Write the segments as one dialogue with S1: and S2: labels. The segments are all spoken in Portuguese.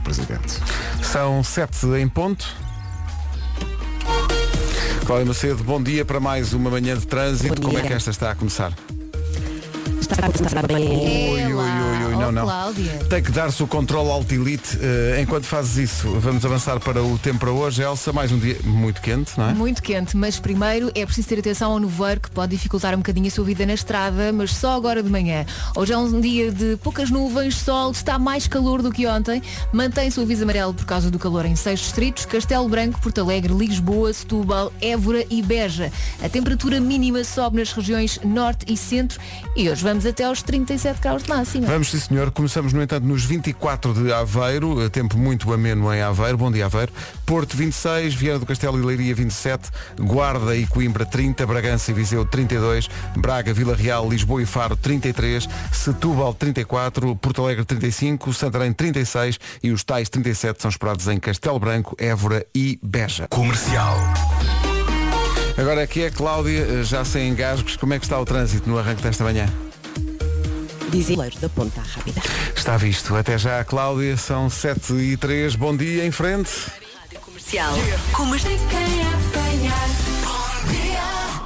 S1: Presidente.
S2: São sete em ponto. Cláudia Macedo, bom dia para mais uma manhã de trânsito.
S3: Bom
S2: Como é
S3: dia.
S2: que esta está a começar?
S3: Está a começar bem.
S2: Ui, ui, ui, ui, não, não.
S4: Cláudia.
S2: Tem que dar-se o controle alt delete eh, enquanto fazes isso. Vamos avançar para o tempo para hoje. Elsa, mais um dia muito quente, não é?
S4: Muito quente, mas primeiro é preciso ter atenção ao nevoeiro que pode dificultar um bocadinho a sua vida na estrada, mas só agora de manhã. Hoje é um dia de poucas nuvens, sol, está mais calor do que ontem, mantém-se o aviso amarelo por causa do calor em seis distritos, Castelo Branco, Porto Alegre, Lisboa, Setúbal, Évora e Beja. A temperatura mínima sobe nas regiões norte e centro e hoje vamos até aos 37 graus de máxima.
S2: Vamos, sim senhor. Começamos, no entanto, nos 24 de Aveiro, eh, tempo muito ameno em Aveiro. Bom dia, Aveiro. Porto 26, Viana do Castelo e Leiria 27, Guarda e Coimbra 30, Bragança e Viseu 32, Braga, Vila Real, Lisboa e Faro 33, Setúbal 34, Porto Alegre 35, Santarém 36 e os tais 37 são esperados em Castelo Branco, Évora e Beja.
S1: Comercial.
S2: Agora aqui é a Cláudia, eh, já sem engasgos, como é que está o trânsito no arranque desta manhã?
S3: Dizem Leiros da Ponta Rápida.
S2: Está visto. Até já, Cláudia. São 7 e 3. Bom dia, em frente.
S3: Comercial.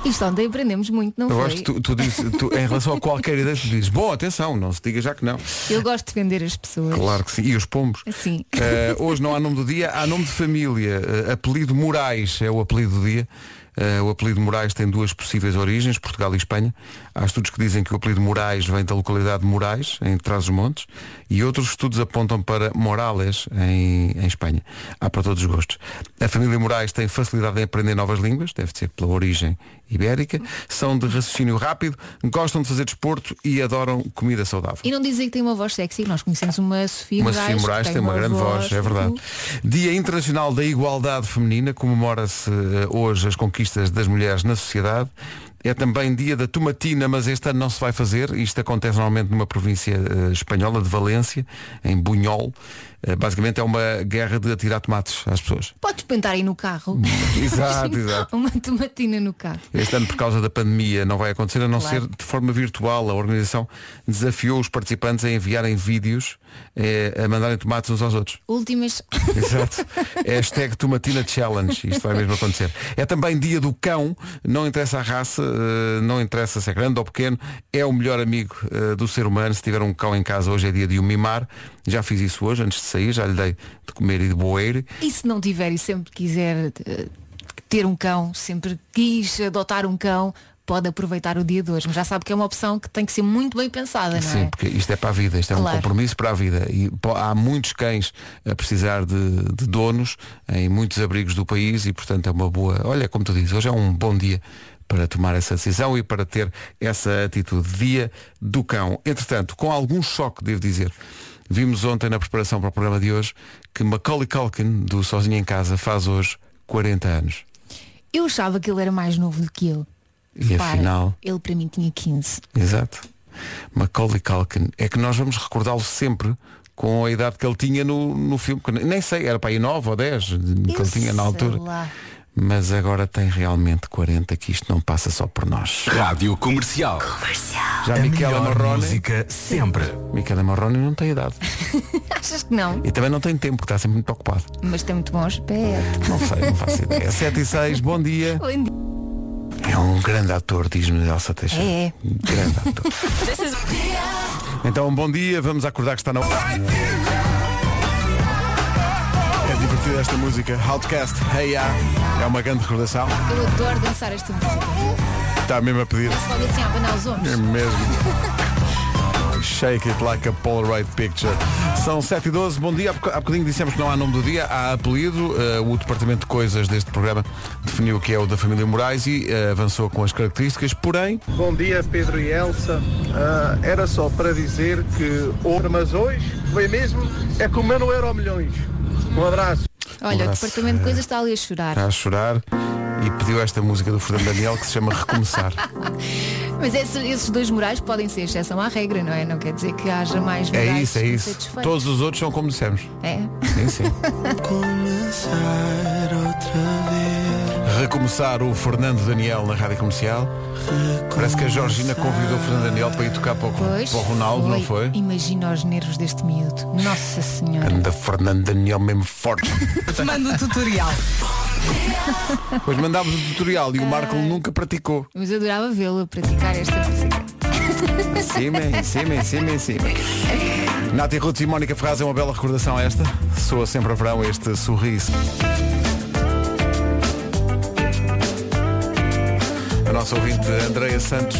S4: Isto ontem aprendemos muito, não
S2: Eu
S4: foi?
S2: gosto, que tu, tu dizes, tu, em relação a qualquer ideia, tu dizes, bom, atenção, não se diga já que não.
S4: Eu gosto de defender as pessoas.
S2: Claro que sim. E os pombos?
S4: Sim.
S2: Eh, hoje não há nome do dia, há nome de família. Eh, apelido Moraes é o apelido do dia. Eh, o apelido Moraes tem duas possíveis origens, Portugal e Espanha. Há estudos que dizem que o apelido Moraes vem da localidade de Moraes, em Trás-os-Montes, e outros estudos apontam para Morales, em, em Espanha. Há para todos os gostos. A família Moraes tem facilidade em aprender novas línguas, deve ser pela origem ibérica, são de raciocínio rápido, gostam de fazer desporto e adoram comida saudável.
S4: E não dizem que tem uma voz sexy, nós conhecemos uma Sofia
S2: Uma
S4: Moraes.
S2: Sofia
S4: que
S2: Moraes tem uma grande voz, é verdade. Dia Internacional da Igualdade Feminina, comemora-se eh, hoje as conquistas das mulheres na sociedade. É também dia da tomatina, mas este ano não se vai fazer. Isto acontece normalmente numa província eh, espanhola de Valência, em Bunhol. Eh, basicamente é uma guerra de atirar tomates às pessoas.
S4: Podes pintar aí no carro.
S2: Exato, exato.
S4: Uma tomatina no carro.
S2: Este ano, por causa da pandemia, não vai acontecer, a não
S4: Claro.
S2: ser de forma virtual. A organização desafiou os participantes a enviarem vídeos, eh, a mandarem tomates uns aos outros.
S4: Últimas.
S2: Exato. Hashtag Tomatina Challenge. Isto vai mesmo acontecer. É também dia do cão. Não interessa a raça, eh, não interessa se é grande ou pequeno. É o melhor amigo eh, do ser humano. Se tiver um cão em casa, hoje é dia de o mimar. Já fiz isso hoje, antes de sair. Já lhe dei de comer e de boeiro.
S4: E se não tiver e sempre quiser eh, ter um cão, sempre quis adotar um cão, pode aproveitar o dia de hoje. Mas já sabe que é uma opção que tem que ser muito bem pensada, não
S2: Sim,
S4: é?
S2: porque isto é para a vida, isto é
S4: Claro.
S2: um compromisso para a vida. E pô, há muitos cães a precisar de, de donos em muitos abrigos do país e, portanto, é uma boa. Olha, como tu dizes, hoje é um bom dia para tomar essa decisão e para ter essa atitude. Dia do cão. Entretanto, com algum choque, devo dizer. Vimos ontem na preparação para o programa de hoje que Macaulay Culkin, do Sozinho em Casa, faz hoje 40 anos.
S4: Eu achava que ele era mais novo do que eu.
S2: E
S4: Repara,
S2: afinal-
S4: Ele para mim tinha 15.
S2: Exato. Macaulay Culkin. É que nós vamos recordá-lo sempre com a idade que ele tinha no, no filme. que Nem sei, era para aí 9 ou 10 que
S4: Eu
S2: ele tinha na
S4: sei
S2: altura.
S4: lá.
S2: Mas agora tem realmente 40, que isto não passa só por nós.
S1: Rádio Comercial.
S2: Já Michela Marrone.
S1: música sempre.
S2: Michela Marrone não tem idade.
S4: Achas que não?
S2: E também não tem tempo, que está sempre muito ocupado.
S4: Mas tem muito bom aspecto.
S2: Não sei, não faço ideia. 7 e 6, bom dia.
S4: Bom dia.
S2: É um grande ator, diz-me Elsa Teixeira. Um
S4: É.
S2: Grande ator. então, bom dia, vamos acordar que está na hora. É divertida esta música, Outcast, Hey Ya. É uma grande recordação.
S4: Eu adoro dançar esta música.
S2: Está mesmo a pedir.
S4: Logo assim a abanar os ombros.
S2: É mesmo. Shake it like a Polaroid picture. São 7 e 12 bom dia. Há boca- há bocadinho dissemos que não há nome do dia, há apelido. Eh, o Departamento de Coisas deste programa definiu que é o da família Moraes e eh, avançou com as características, porém.
S5: Bom dia, Pedro e Elsa. Ah, era só para dizer que hoje, mas hoje, foi mesmo, é com o meu no Euro Milhões. Um abraço.
S4: Olha, o
S2: abraço,
S4: departamento
S2: eh,
S4: de coisas está ali a chorar.
S2: está a chorar e pediu esta música do Fernando Daniel que se chama Recomeçar.
S4: Mas esse- esses dois morais podem ser exceção à regra, não é? Não quer dizer que haja mais morais
S2: É isso, é isso.
S4: satisfeitos.
S2: Todos os outros são como dissemos.
S4: É.
S2: Sim, sim. recomeçar o Fernando Daniel na Rádio Comercial. Parece que a Georgina convidou o Fernando Daniel para ir tocar para o,
S4: Pois,
S2: para o Ronaldo, não foi?
S4: Imagina os nervos deste miúdo. Nossa Senhora.
S2: Anda Fernando Daniel mesmo forte.
S1: Manda o tutorial.
S2: Pois mandámos o tutorial e o Marco nunca praticou.
S4: Mas eu adorava vê-lo a praticar esta música.
S2: Em cima, em cima, em cima, em cima. Nati Rutz e Mónica Ferraz é uma bela recordação esta. Soa sempre a verão este sorriso. A nossa ouvinte Andreia Santos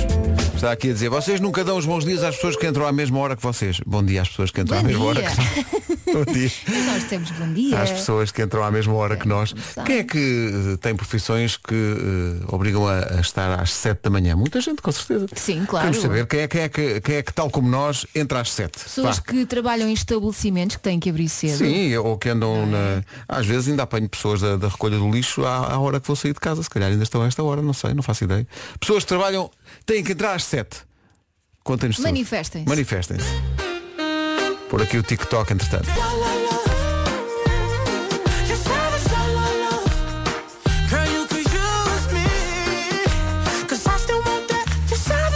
S2: está aqui a dizer Vocês nunca dão os bons dias às pessoas que entram à mesma hora que vocês. Bom dia às pessoas que entram à
S4: Bom
S2: mesma hora
S4: dia.
S2: que nós. Bom dia.
S4: Nós temos bom dia.
S2: Às pessoas que entram à mesma hora que nós.
S4: começar.
S2: Quem é que eh, tem profissões que eh, obrigam a, a estar às 7 da manhã? Muita gente, com certeza.
S4: Sim, claro.
S2: Queremos saber quem é, quem, é que, quem é que, tal como nós, entra às 7.
S4: Pessoas que trabalham em estabelecimentos que têm que abrir cedo.
S2: Sim, ou que andam
S4: é?
S2: na. Às vezes ainda apanho pessoas da, da recolha do lixo à, à hora que vou sair de casa. Se calhar ainda estão a esta hora, não sei, não faço ideia. Pessoas que trabalham têm que entrar às 7. Contem-nos tudo.
S4: Manifestem-se.
S2: Manifestem-se. Por aqui o TikTok, entretanto.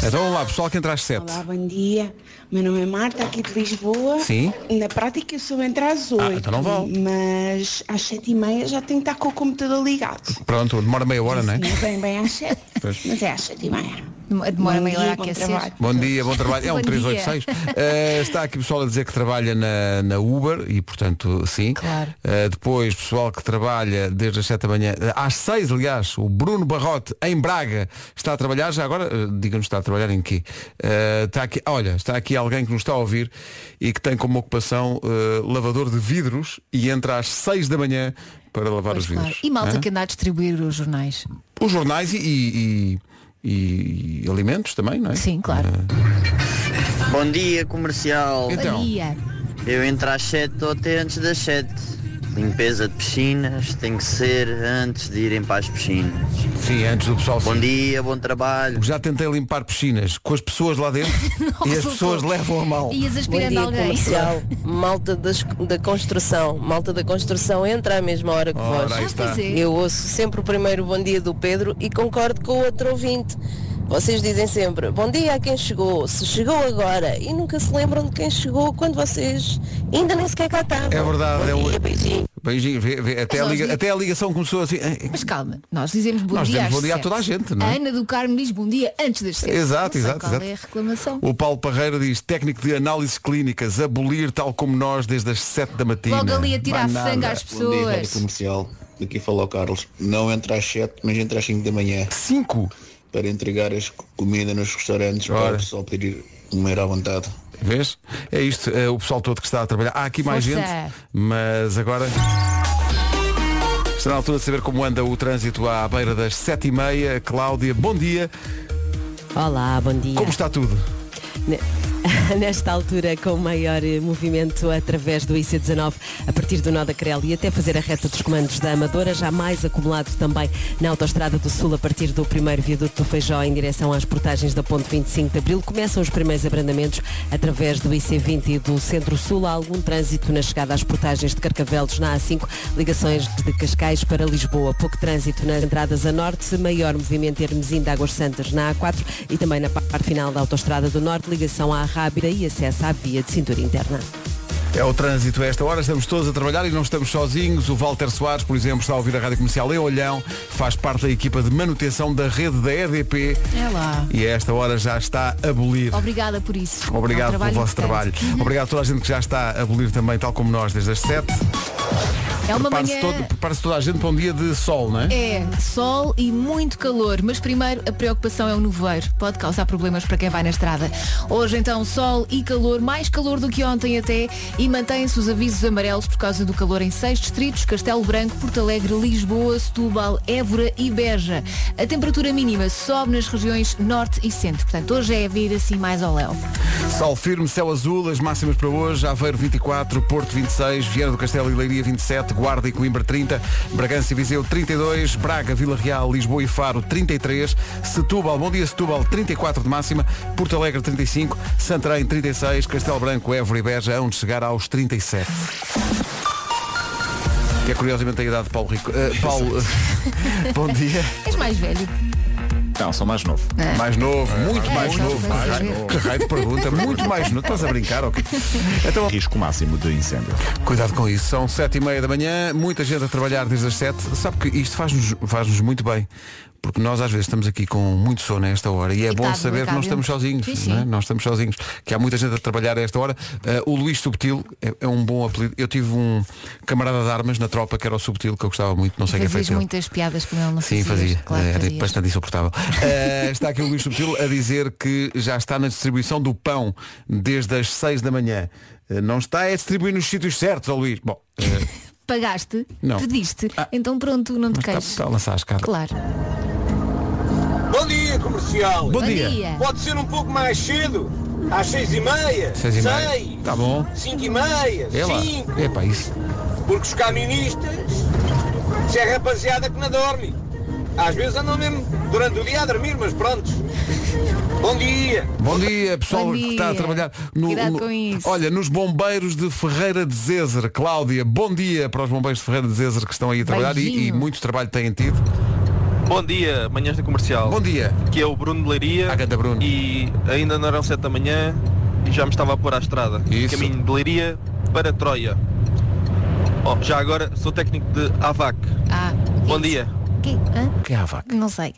S2: Então vamos lá, pessoal que entra às 7.
S6: Olá, bom dia. Meu nome é Marta, aqui de Lisboa.
S2: Sim.
S6: Na prática eu sou entre às
S2: Ah,
S6: oito.
S2: então não vale.
S6: Mas às sete e meia já tenho que estar com o computador ligado.
S2: Pronto, demora meia hora, não é?
S6: Não é bem bem às sete,
S2: Pois.
S6: mas é às sete e meia.
S4: Demora
S6: Bom
S4: meia hora a
S6: dia, bom
S4: aquecer.
S6: trabalho.
S2: Bom dia, bom trabalho. É um
S4: Bom
S2: 386. Eh, está aqui pessoal a dizer que trabalha na, na Uber e, portanto, sim.
S4: Claro.
S2: Eh, depois, pessoal que trabalha desde as 7 da manhã, eh, às 6, aliás, o Bruno Barrote, em Braga, está a trabalhar. Já agora, eh, diga-nos, está a trabalhar em quê? Eh, está aqui, olha, está aqui alguém que nos está a ouvir e que tem como ocupação eh, lavador de vidros e entra às 6 da manhã para lavar
S4: Pois
S2: os
S4: claro.
S2: vidros.
S4: E malta
S2: Hã?
S4: que anda a distribuir os jornais.
S2: Os jornais e, e- e- e alimentos também, não é?
S4: Sim, claro.
S7: Bom dia, comercial.
S2: Então.
S4: Bom dia.
S7: Eu entro às 7 ou até antes das 7. Limpeza de piscinas tem que ser antes de irem para as piscinas.
S2: Sim, antes do pessoal
S7: Bom dia, bom trabalho.
S2: Já tentei limpar piscinas com as pessoas lá dentro e as
S4: resultou.
S2: pessoas levam a mal.
S4: Ias
S8: Bom
S4: aspirando
S8: dia,
S4: alguém.
S8: comercial. Malta das- da construção. Malta da construção entra à mesma hora que
S2: Ora, aí
S8: vós.
S2: está.
S4: Pois é.
S8: Eu ouço sempre o primeiro bom dia do Pedro e concordo com o outro ouvinte. Vocês dizem sempre bom dia a quem chegou, se chegou agora e nunca se lembram de quem chegou quando vocês ainda nem sequer cá estavam.
S2: É verdade, é
S8: Bom
S2: o-
S8: dia, beijinho.
S2: Beijinho, vê- vê, até, a
S4: Mas nós
S2: liga-
S4: di-
S2: até a ligação começou assim. eh, eh,
S4: Mas calma, nós dizemos bom
S2: Nós
S4: dia
S2: dizemos
S4: às
S2: bom dia a
S4: sete.
S2: toda a gente, não é?
S4: A Ana do Carmo diz bom dia antes das sete.
S2: Exato,
S4: Não sei
S2: exato,
S4: qual
S2: exato.
S4: é a reclamação.
S2: O Paulo Parreira diz, técnico de análises clínicas, abolir tal como nós desde as 7 da matina.
S4: Logo ali a tirar
S2: Mais nada.
S4: sangue às
S9: Bom dia, Rádio
S4: pessoas.
S9: Comercial. Daqui fala o Carlos. Não entra às 7, mas entra às 5 da manhã
S2: Cinco.
S9: para entregar as comida nos restaurantes
S2: Ora.
S9: para o pessoal poder ir comer à vontade.
S2: Vês? É isto, eh, o pessoal todo que está a trabalhar. Há aqui mais
S4: Força.
S2: gente, mas agora. Está na altura de saber como anda o trânsito à beira das 7 e meia. Cláudia, bom dia.
S10: Olá, bom dia.
S2: É. Como está tudo?
S10: Ne- Nesta altura, com maior eh, movimento através do IC19, a partir do Nó da Crel e até fazer a reta dos comandos da Amadora, já mais acumulado também na Autostrada do Sul, a partir do primeiro viaduto do Feijó, em direção às portagens da Ponte 25 de Abril, começam os primeiros abrandamentos através do IC20 e do Centro-Sul. Há algum trânsito na chegada às portagens de Carcavelos na A5, ligações de Cascais para Lisboa. Pouco trânsito nas entradas a norte, maior movimento Hermesim de Águas Santas na A4 e também na parte final da Autostrada do Norte, ligação à Rábida e acesso à via de cintura interna.
S2: É o trânsito a esta hora, estamos todos a trabalhar e não estamos sozinhos. O Walter Soares, por exemplo, está a ouvir a Rádio Comercial em Olhão, faz parte da equipa de manutenção da rede da EDP
S4: É lá.
S2: e a esta hora já está a abolir.
S4: Obrigada por isso. É um
S2: Obrigado pelo
S4: trabalho
S2: vosso trabalho.
S4: importante.
S2: Obrigado a toda a gente que já está a abolir também, tal como nós, desde as 7.
S4: É uma
S2: Prepare-se
S4: manhã.
S2: todo- Prepare-se toda a gente para um dia de sol, não é?
S4: É sol e muito calor, mas primeiro a preocupação é o nevoeiro. Pode causar problemas para quem vai na estrada. Hoje então sol e calor, mais calor do que ontem até, e mantêm-se os avisos amarelos por causa do calor em seis distritos, Castelo Branco, Porto Alegre, Lisboa, Setúbal, Évora e Beja. A temperatura mínima sobe nas regiões norte e centro. Portanto, hoje é a vida assim mais ao léu.
S2: Sol firme, céu azul, as máximas para hoje, Aveiro 24, Porto 26, Vieira do Castelo e Leiria 27, Guarda e Coimbra 30, Bragança e Viseu 32, Braga, Vila Real, Lisboa e Faro 33, Setúbal, Bom Dia Setúbal 34 de máxima, Porto Alegre 35, Santarém 36, Castelo Branco, Évora e Beja, onde chegar aos 37. Que é curiosamente a idade de Paulo Rico. Eh, Paulo, eh, bom dia.
S4: És mais velho.
S1: Não, sou mais novo.
S2: Mais novo, muito
S4: é,
S2: mais
S4: é,
S2: novo.
S4: é,
S2: Mais
S4: é.
S2: novo. Que raio de pergunta, muito mais novo. Estás a brincar? ok? Então,
S1: Risco máximo de incêndio.
S2: Cuidado com isso, são sete e meia da manhã, muita gente a trabalhar desde as sete. Sabe que isto faz-nos faz muito bem, porque nós às vezes estamos aqui com muito sono a esta hora e é
S4: E
S2: bom
S4: tarde,
S2: saber que não
S4: acabem.
S2: estamos sozinhos.
S4: Sim, sim.
S2: não é? Nós estamos sozinhos, que há muita gente a trabalhar a esta hora. Ah, o Luís Subtil é, é um bom apelido. Eu tive um camarada de armas na tropa que era o Subtil, É que eu gostava muito, não sei quem
S4: Fazias
S2: fez. ele.
S4: muitas piadas com ele, não
S2: Sim, fazia. É,
S4: fazias? Claro,
S2: Era
S4: fazias.
S2: bastante insuportável. Eh, está aqui o Luís Subtil a dizer que já está na distribuição do pão desde as 6 da manhã. Eh, Não está a distribuir nos sítios certos, ó Luís. Bom, eh,
S4: Pagaste?
S2: Não. Ah.
S4: Pediste? Então pronto, não te
S2: mas tá está,
S4: queixes.
S2: está a lançar a escada.
S4: Claro.
S5: Bom dia, comercial.
S2: Bom
S4: Bom
S2: dia.
S4: dia.
S5: Pode ser um pouco mais cedo? Às seis e meia?
S2: 6 e meia. Está bom.
S5: Cinco e meia?
S2: É lá. É para isso.
S5: Porque os caministas, isso é rapaziada que não dorme. Às vezes andam mesmo durante o dia a dormir, mas prontos. Bom dia.
S2: Bom dia, pessoal
S4: Bom
S2: que está a
S4: dia.
S2: trabalhar.
S4: Cuidado com isso.
S2: Olha, nos bombeiros de Ferreira de Zezer. Cláudia, bom dia para os bombeiros de Ferreira de Zezer que estão aí a trabalhar e, e
S4: Beijinho.
S2: muito trabalho têm tido.
S5: Bom dia, manhãs da comercial.
S2: Bom dia.
S5: Que é o Bruno de Leiria.
S2: Ah, ganda Bruno.
S5: E ainda não eram sete da manhã e já me estava a pôr à estrada.
S2: Isso.
S5: Caminho de Leiria para Troia. Oh, já agora sou técnico de AVAC.
S4: Ah, o que
S5: Bom
S4: é
S5: dia.
S4: isso? Que- hã?
S2: Que é a vaca?
S4: Não sei.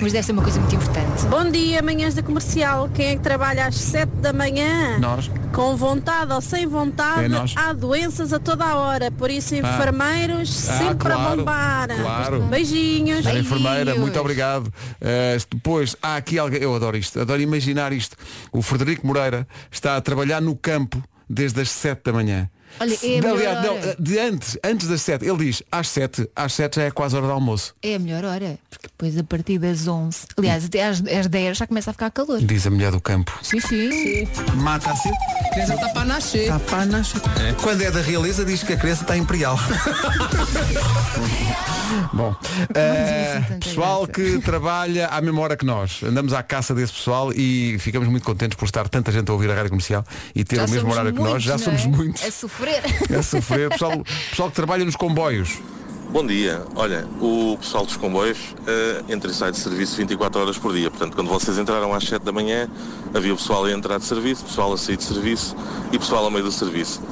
S4: Mas deve ser uma coisa muito importante.
S8: Bom dia, manhãs da comercial. Quem é que trabalha às 7 da manhã?
S2: Nós.
S8: Com vontade ou sem vontade,
S2: É nós.
S8: há doenças a toda a hora. Por isso, enfermeiros
S2: Ah,
S8: sempre a
S2: claro,
S8: bombar.
S2: claro.
S8: Beijinhos.
S2: Senhora enfermeira,
S4: Beijinhos.
S2: muito obrigado. Eh, depois, há aqui alguém, eu adoro isto, adoro imaginar isto. O Frederico Moreira está a trabalhar no campo desde as 7 da manhã.
S4: Olha, é a
S2: De-
S4: melhor
S2: Aliás, não,
S4: hora.
S2: eh, de antes, antes das 7, ele diz às 7, às 7 já é quase hora de almoço.
S4: É a melhor hora, porque depois a partir das 11, aliás, até às, às 10 já começa a ficar calor.
S2: Diz a mulher do campo.
S4: Sim, sim. tá
S2: Mata-se.
S11: Criança está para nascer.
S2: Está pá, nasce. Quando é da realeza diz que a criança está imperial. Bom, eh,
S4: assim tanta
S2: pessoal
S4: graça.
S2: que trabalha à mesma hora que nós. Andamos à caça desse pessoal e ficamos muito contentes por estar tanta gente a ouvir a rádio comercial e ter
S4: Já
S2: é o mesmo
S4: somos
S2: horário que nós.
S4: muitos,
S2: Já
S4: não
S2: somos
S4: é?
S2: muitos
S4: A sofrer.
S2: a sofrer. Pessoal, pessoal que trabalha nos comboios.
S5: Bom dia. Olha, o pessoal dos comboios eh, entra e sai de serviço 24 horas por dia. Portanto, quando vocês entraram às 7 da manhã, havia pessoal a entrar de serviço, pessoal a sair de serviço e pessoal a meio do serviço.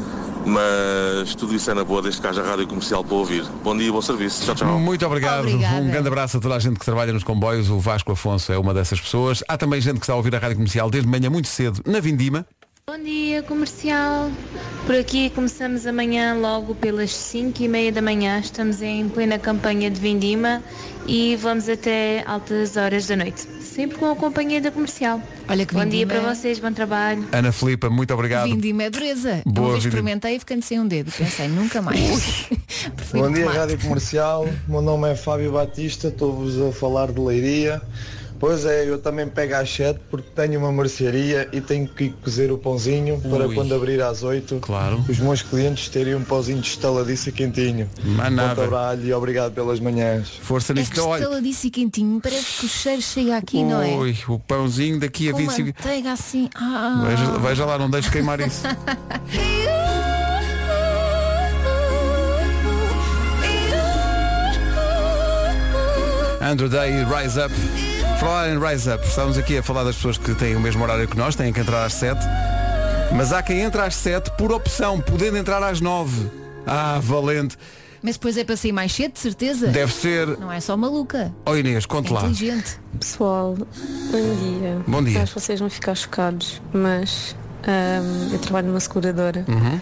S5: Mas tudo isso é na boa, desde que haja rádio comercial para ouvir. Bom dia, bom serviço. Tchau, tchau.
S2: Muito obrigado.
S4: Obrigada.
S2: Um grande abraço a toda a gente que trabalha nos comboios. O Vasco Afonso é uma dessas pessoas. Há também gente que está a ouvir a rádio comercial desde manhã muito cedo, na Vindima.
S8: Bom dia, comercial. Por aqui começamos amanhã logo pelas 5 e meia da manhã. Estamos em plena campanha de Vindima e vamos até altas horas da noite. Sempre com a companhia da comercial.
S4: Olha que
S8: Bom dia
S4: vindima.
S8: para vocês, bom trabalho.
S2: Ana Filipa, muito obrigado.
S4: Vindima é dureza.
S2: Boa
S4: Uma vez
S2: vindima.
S4: experimentei e ficando sem um dedo. Pensei, nunca mais. Prefiro
S5: Bom dia,
S4: tomate.
S5: Rádio Comercial. Meu nome é Fábio Batista, estou-vos a falar de Leiria. Pois é, eu também pego às 7 porque tenho uma mercearia e tenho que cozer o pãozinho para
S2: Ui.
S5: quando abrir às 8
S2: Claro.
S5: os meus clientes terem um pãozinho de estaladiça quentinho.
S2: Mas nada.
S5: Bom trabalho e obrigado pelas manhãs.
S2: Força
S4: É
S2: nisso.
S4: que
S2: Então, olha,
S4: estaladíssimo e quentinho. Parece que o cheiro chega aqui, não é?
S2: Ui, é o pãozinho daqui a
S4: Com
S2: 25.
S4: manteiga assim. Ah.
S2: Veja, veja lá, não deixes queimar isso. Andrew Day e Rise Up. Falar em Rise Up. Estamos aqui a falar das pessoas que têm o mesmo horário que nós, têm que entrar às 7. Mas há quem entra às 7 por opção, podendo entrar às 9. Ah, valente.
S4: Mas depois é para sair mais cedo, de certeza.
S2: Deve ser.
S4: Não é só maluca.
S2: Oh Inês, conte
S4: É
S2: lá.
S4: inteligente.
S8: Pessoal, bom dia.
S2: Bom dia.
S8: Acho que vocês vão ficar chocados, mas ahm, eu trabalho numa seguradora
S2: Uhum.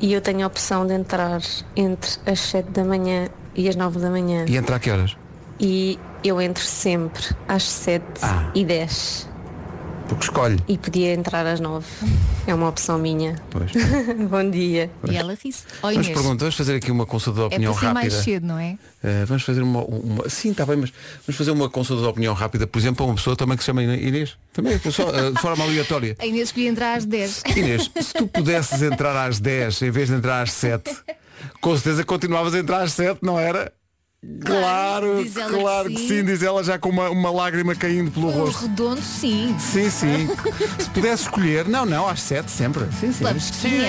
S8: e eu tenho a opção de entrar entre as 7 da manhã e as 9 da manhã.
S2: E entrar a que horas?
S8: E eu entro sempre às 7
S2: Ah.
S8: e 10
S2: Porque escolhe.
S8: e podia entrar às 9. É uma opção minha.
S2: Pois.
S8: Bom dia.
S4: E ela ri-se. Oh,
S2: Vamos
S4: Inês,
S2: perguntar, então vamos fazer aqui uma consulta de
S4: é
S2: opinião
S4: para sair mais
S2: rápida.
S4: cedo, não é?
S2: Uh, vamos fazer uma, uma- Sim, está bem, mas vamos fazer uma consulta de opinião rápida, por exemplo, a uma pessoa também que se chama Ine- Inês. Também, só, uh, de forma aleatória.
S4: A Inês queria entrar às 10.
S2: Inês, se tu pudesses entrar às 10 em vez de entrar às 7, com certeza continuavas a entrar às 7, não era? Claro,
S4: diz ela
S2: claro,
S4: que
S2: que, sim.
S4: sim.
S2: diz ela já com uma, uma lágrima caindo pelo
S4: O
S2: rosto.
S4: É um redondo, sim.
S2: Sim, sim. Se pudesse escolher, não, não, às 7
S4: é um
S2: sempre. Sim, sim.
S4: Pela pesquinha.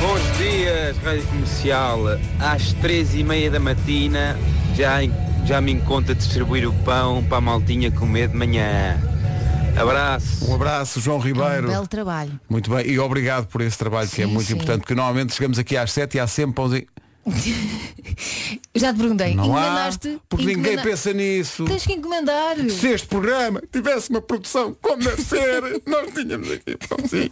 S5: Bom
S11: dias, Rádio Comercial. Às três e meia da matina já, já me encontro a distribuir o pão para a maltinha comer de manhã. Abraço.
S2: Um abraço, João Ribeiro.
S4: Um Belo trabalho.
S2: Muito bem, e obrigado por esse trabalho que é
S4: Sim,
S2: muito
S4: sim.
S2: importante, porque normalmente chegamos aqui às 7 e há sempre pãozinho.
S4: Já te perguntei,
S2: Não há,
S4: enganaste?
S2: porque ninguém
S4: Engana-
S2: pensa nisso.
S4: Tens que encomendar.
S2: Se este programa tivesse uma produção como deve ser, nós tínhamos aqui pãozinho.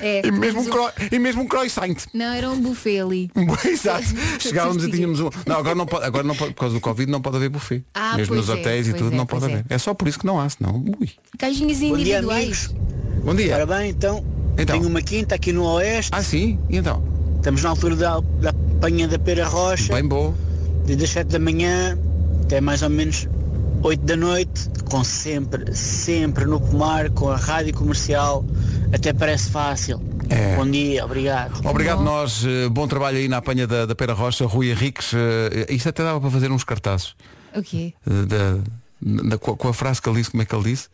S4: É,
S2: E mesmo,
S4: temos um-
S2: um cro... e mesmo um croissant.
S4: Não, era um buffet ali.
S2: Exato. Chegávamos e tínhamos um. Não, agora não pode, agora não pode, por causa do Covid não pode haver buffet.
S4: Ah,
S2: Mesmo
S4: pois
S2: nos
S4: é,
S2: hotéis e
S4: pois
S2: tudo
S4: é,
S2: não pode
S4: pois
S2: haver. É. só por isso que não há, senão. Ui.
S4: Caixinhas
S12: Bom dia,
S4: individuais.
S2: Bom dia.
S12: Ora bem, então, tenho uma quinta aqui no Oeste.
S2: Ah, sim? E então?
S12: Estamos na altura da, da Penha da Pera Rocha.
S2: Bem bom.
S12: Desde as 7 da manhã até mais ou menos 8 da noite, com sempre, sempre no pomar, com a rádio comercial, até parece fácil. Bom dia, obrigado.
S2: Obrigado nós, eh, bom trabalho aí na apanha da, da Pera Rocha, Rui Henriques. eh, Isto até dava para fazer uns cartazes
S4: O quê?
S2: eh, da, da- com, a, com a frase que ele disse, como é que ele disse?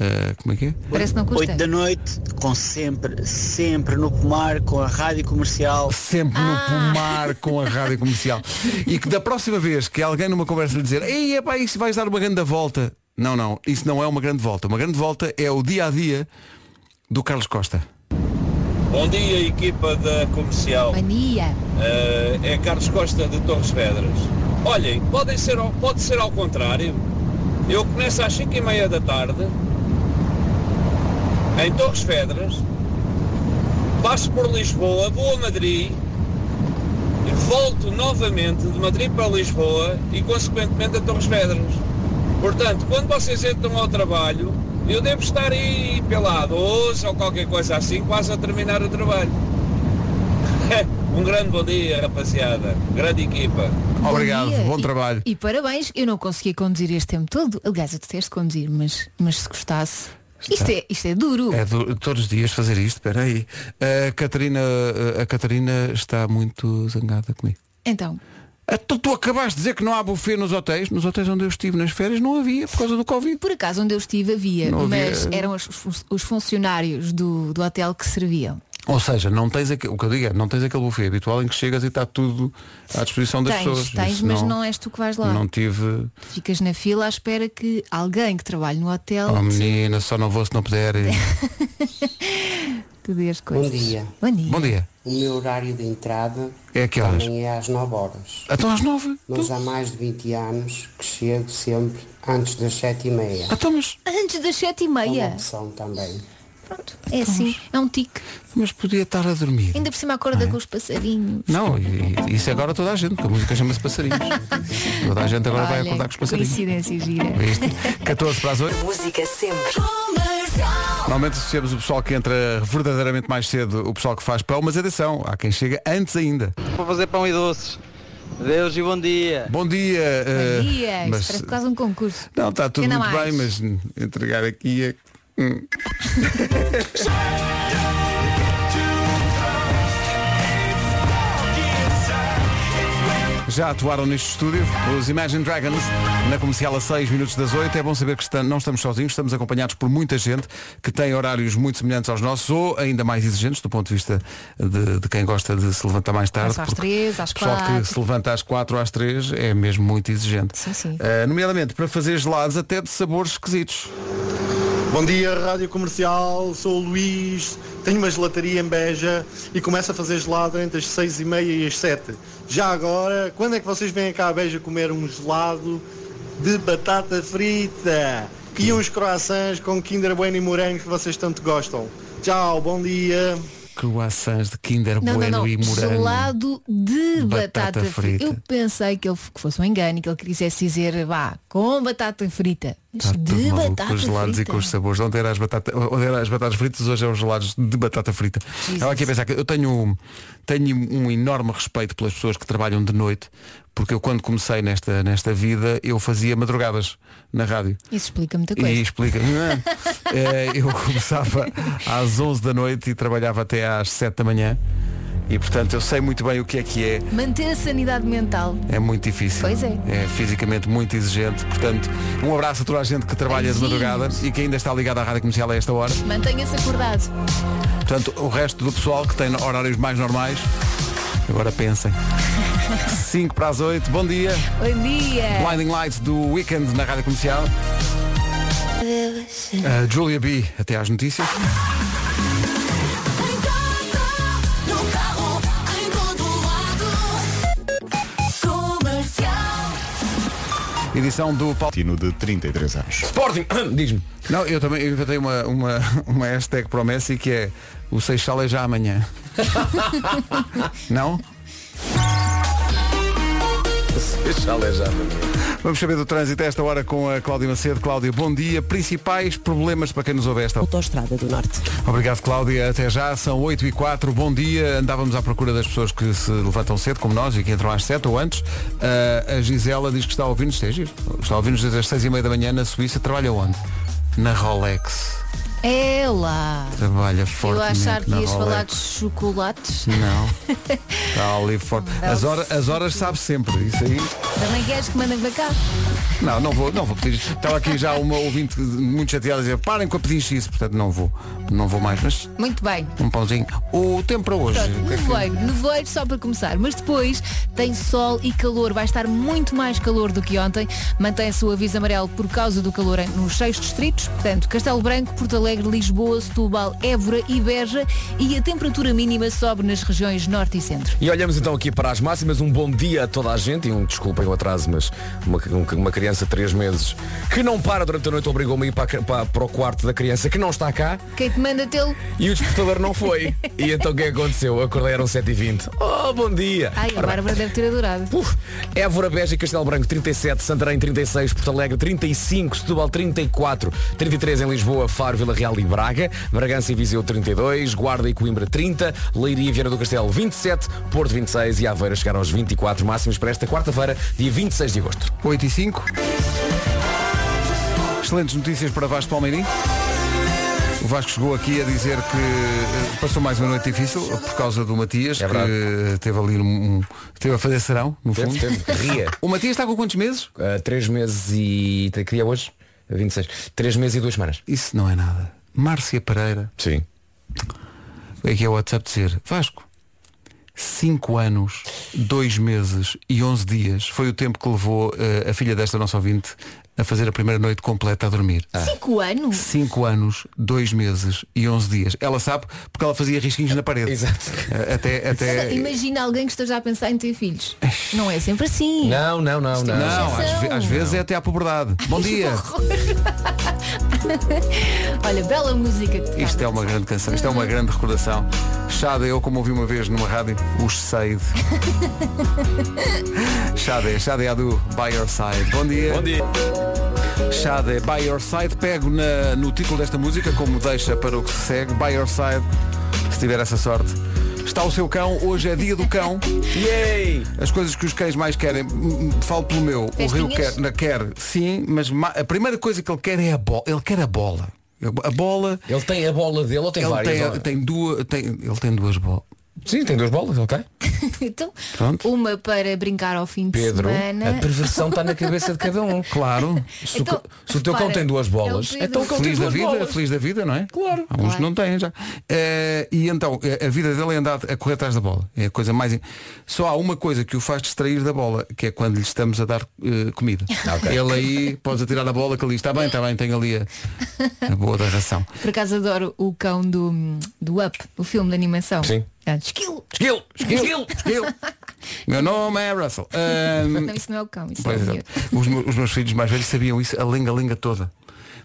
S2: Eh, como é que é?
S4: Parece que não custa.
S12: 8 da noite, com sempre, sempre no pomar, com a rádio comercial.
S2: Sempre no pomar com a rádio comercial. E que da próxima vez que alguém numa conversa lhe dizer, ei, epá, isso vais dar uma grande volta. Não, não, isso não é uma grande volta. Uma grande volta é o dia a dia do Carlos Costa.
S13: Bom dia, equipa da comercial.
S4: Mania.
S13: Eh, é Carlos Costa de Torres Vedras. Olhem, podem ser, ao- pode ser ao contrário. Eu começo às 5 e meia da tarde, em Torres Vedras, passo por Lisboa, vou a Madrid, volto novamente de Madrid para Lisboa e, consequentemente, a Torres Vedras. Portanto, quando vocês entram ao trabalho, eu devo estar aí pela 12 ou qualquer coisa assim, quase a terminar o trabalho. um grande bom dia, rapaziada. Grande equipa.
S2: Obrigado,
S4: dia.
S2: bom trabalho.
S4: E parabéns, eu não consegui conduzir este tempo todo. Aliás, eu detesto conduzir, mas, mas se gostasse. Isto é, isto é duro.
S2: É do- todos os dias fazer isto, espera aí. A Catarina, a Catarina está muito zangada comigo.
S4: Então,
S2: Ah, Tu, tu acabaste de dizer que não há buffet nos hotéis? Nos hotéis onde eu estive nas férias não havia por causa do Covid.
S4: por acaso onde eu estive havia,
S2: Não havia-
S4: mas eram os, os- os funcionários do, do hotel que serviam.
S2: Ou seja, não tens aque- o que eu digo é, não tens aquele buffet habitual em que chegas e está tudo à disposição das
S4: tens,
S2: pessoas.
S4: tens,
S2: Isso
S4: mas não, és tu que vais lá.
S2: Não tive.
S4: Ficas na fila à espera que alguém que trabalhe no hotel
S2: Oh
S4: te,
S2: menina, só não vou se não puder.
S4: te dê as
S14: Bom
S4: coisas.
S14: dia.
S4: Bom dia.
S2: Bom dia.
S14: O meu horário de entrada
S2: É a que horas?
S14: também é às 9 horas.
S2: Então às 9?
S14: Mas há mais de 20 anos que chego sempre antes das 7 e meia.
S2: Então, mas...
S4: Antes das sete e meia.
S14: Opção também.
S4: É
S2: Então
S4: assim, é um tique.
S2: Mas podia estar a dormir.
S4: Ainda por cima
S2: Ah,
S4: acorda
S2: é.
S4: com os passarinhos.
S2: Não, e- e isso é agora toda a gente, porque a música chama-se passarinhos. toda a gente agora vai
S4: Olha,
S2: acordar com os passarinhos.
S4: Coincidência gira.
S2: Viste? 14 para as 8.
S3: Música sempre.
S2: Normalmente associamos o pessoal que entra verdadeiramente mais cedo, o pessoal que faz pão, mas atenção, há quem chega antes ainda.
S11: Vou fazer pão e doces. Deus e bom dia.
S2: Bom dia. eh,
S4: Bom dia, isto
S2: mas-
S4: parece quase um concurso.
S2: Não, está tudo
S4: Ainda
S2: muito
S4: mais.
S2: bem, mas hum, entregar aqui é. hum. Já atuaram neste estúdio os Imagine Dragons na comercial a 6 minutos das 8. É bom saber que está- não estamos sozinhos, estamos acompanhados por muita gente que tem horários muito semelhantes aos nossos ou ainda mais exigentes do ponto de vista de, de quem gosta de se levantar mais tarde.
S4: Começa às
S2: porque
S4: três, às
S2: o pessoal
S4: quatro.
S2: que se levanta às 4 ou às 3 é mesmo muito exigente.
S4: Sim, sim.
S2: Uh, nomeadamente para fazer gelados até de sabores esquisitos.
S15: Bom dia, Rádio Comercial, sou o Luís, tenho uma gelataria em Beja e começo a fazer gelado entre as seis e meia e as sete. Já agora, quando é que vocês vêm cá a Beja comer um gelado de batata frita e uns croissants com Kinder Bueno e morango que vocês tanto gostam? Tchau, bom dia.
S2: Croissants de Kinder
S4: Não,
S2: Bueno
S4: não, não.
S2: e morango.
S4: Gelado de
S2: Batata
S4: batata,
S2: frita.
S4: frita. Eu pensei que ele f- que fosse um engano e que ele quisesse dizer, vá, com batata frita. Mas
S2: Está Tá tudo
S4: de
S2: maluco, com
S4: batata
S2: os gelados
S4: frita.
S2: e com os sabores. Ontem era as, batata, ontem era as batatas fritas, hoje é os gelados de batata frita. Estava aqui a pensar que eu tenho, tenho um enorme respeito pelas pessoas que trabalham de noite, porque eu quando comecei nesta, nesta vida, eu fazia madrugadas na rádio.
S4: Isso explica muita coisa.
S2: E explica. Eh, eu começava às 11 da noite e trabalhava até às 7 da manhã. E portanto eu sei muito bem o que é que é.
S4: Manter a sanidade mental.
S2: É muito difícil.
S4: Pois é.
S2: É fisicamente muito exigente. Portanto, um abraço a toda a gente que trabalha de madrugada e que ainda está ligada à rádio comercial a esta hora.
S4: Mantenha-se acordado.
S2: Portanto, o resto do pessoal que tem horários mais normais, Agora pensem. 5 para as 8, bom dia.
S4: Bom dia.
S2: Blinding Lights do Weekend na Rádio Comercial. A Julia B, até às notícias. Edição do
S1: Pautino de 33 anos.
S2: Sporting, diz-me. Não, eu também eu inventei uma, uma, uma hashtag para o Messi que é o Seixal é já amanhã. Não?
S16: Seixal é já amanhã.
S2: Vamos saber do trânsito a esta hora com a Cláudia Macedo. Cláudia, bom dia. Principais problemas para quem nos ouve esta
S10: Autostrada do Norte.
S2: Obrigado, Cláudia. Até já. São 8 e 4 Bom dia. Andávamos à procura das pessoas que se levantam cedo, como nós, e que entram às 7 ou antes. Ah, a Gisela diz que está a ouvir-nos. isto é giro. Está a ouvir-nos desde as 6 e meia da manhã na Suíça. Trabalha onde? Na Rolex.
S4: Ela. É
S2: Trabalha
S4: Eu a
S2: fortemente
S4: achar que
S2: na
S4: ias
S2: Rolex.
S4: falar de chocolates.
S2: Não. Está ali forte. As, hora- as horas sabe sempre. Isso aí.
S4: Também queres que mandem para cá?
S2: Não, não vou, não vou pedir isto. Estava aqui já uma ouvinte muito chateada a dizer, parem com a pedir isso, portanto não vou. Não vou mais, mas
S4: Muito bem.
S2: um pãozinho. O tempo para hoje.
S4: Pronto, nevoeiro, nevoeiro só para começar, mas depois tem sol e calor, vai estar muito mais calor do que ontem, mantém-se o aviso amarelo por causa do calor em- nos seis distritos, portanto Castelo Branco, Porto Alegre, Lisboa, Setúbal, Évora e Beja e a temperatura mínima sobe nas regiões norte e centro.
S16: E olhamos então aqui para as máximas. Um bom dia a toda a gente. E um desculpem o atraso, mas uma, um- uma criança de 3 meses que não para durante a noite obrigou-me a ir para, a ca- para- para o quarto da criança que não está cá.
S4: Quem te manda tê-lo?
S16: E o despertador não foi. E então o que é que aconteceu? Eu acordei eram 7h20. Oh, bom dia!
S4: Ai, a
S16: Ora bem,
S4: Bárbara deve ter adorado.
S16: Évora, Beja e Castelo Branco 37, Santarém 36, Porto Alegre 35, Setúbal 34, 33 em Lisboa, Faro, Vila Real e Braga, Bragança e Viseu 32, Guarda e Coimbra 30, Leiria e Vieira do Castelo 27, Porto 26 e Aveira chegaram aos 24 máximos para esta quarta-feira, dia 26 de agosto.
S2: 8 e 5. Excelentes notícias para Vasco Palmeirim. O Vasco chegou aqui a dizer que eh, passou mais uma noite difícil por causa do Matias,
S16: É
S2: que eh, teve ali um, um- teve a fazer serão, no
S16: Teve,
S2: fundo.
S16: teve. Ria.
S2: O Matias está com quantos meses?
S16: 3 Ah, meses e... que dia é hoje? 26. 3 meses e 2 semanas.
S2: Isso não é nada. Márcia Pereira.
S16: Sim.
S2: É que é o WhatsApp dizer, Vasco, 5 anos, 2 meses e 11 dias foi o tempo que levou eh, a filha desta nossa ouvinte a fazer a primeira noite completa a dormir.
S16: Ah.
S4: Cinco anos?
S2: 5 anos, 2 meses e 11 dias. Ela sabe porque ela fazia risquinhos na parede. Eh,
S16: Exato.
S2: Até,
S4: Olha,
S2: até...
S4: Imagina alguém que esteja a pensar em ter filhos. Não é sempre assim.
S16: Não, não, não, não.
S2: Não, às, ve- às vezes é até à pobreza. Bom dia.
S4: Olha, bela música que tocava.
S2: Isto é uma grande canção, isto é uma grande recordação. Chada, eu como ouvi uma vez numa rádio, os Seide. Chade, Chade Adu, by your side. Bom dia. Bom
S16: dia.
S2: Chade, by your side. Pego na- no título desta música, como deixa para o que se segue, by your side, se tiver essa sorte. Está o seu cão, hoje é dia do cão.
S16: Yay!
S2: As coisas que os cães mais querem, hum, hum, falo pelo meu, o Rio
S17: Festinhas?
S2: quer, na- quer, sim, mas ma- a primeira coisa que ele quer é a bola. Ele quer a bola. A bola.
S16: Ele tem a bola dele ou tem
S2: ele
S16: várias?
S2: Tem, tem duas, tem, ele tem duas bolas.
S16: Sim, tem duas bolas, ok.
S4: Então,
S2: Pronto.
S4: uma para brincar ao fim de
S16: Pedro,
S4: semana.
S16: a perversão está na cabeça de cada um.
S2: Claro.
S16: Se, o
S4: Então,
S16: ca- se o teu cão
S4: repara,
S16: tem duas
S4: é
S16: bolas,
S4: o Pedro.
S16: então o cão tem
S2: feliz da
S16: duas
S2: vida,
S16: bolas.
S2: feliz da vida, não é?
S16: Claro.
S2: Alguns que não têm já. Eh, e então, eh, a vida dele é andar a correr atrás da bola. É a coisa mais. Só há uma coisa que o faz distrair da bola, que é quando lhe estamos a dar eh, comida.
S16: ok.
S2: Ele aí pode atirar a bola que ali está bem, está bem, tem ali a, a boa da ração.
S4: Por acaso adoro o cão do, do Up, o filme de animação.
S2: Sim.
S4: Ah, esquilo.
S16: Esquilo,
S2: esquilo, esquilo. Meu nome é Russell. Ahm,
S4: Não, isso não é o cão, isso
S2: Hum, Pois
S4: é o
S2: é.
S4: miúdo.
S2: Os, me- os meus filhos mais velhos sabiam isso, a lenga-lenga toda.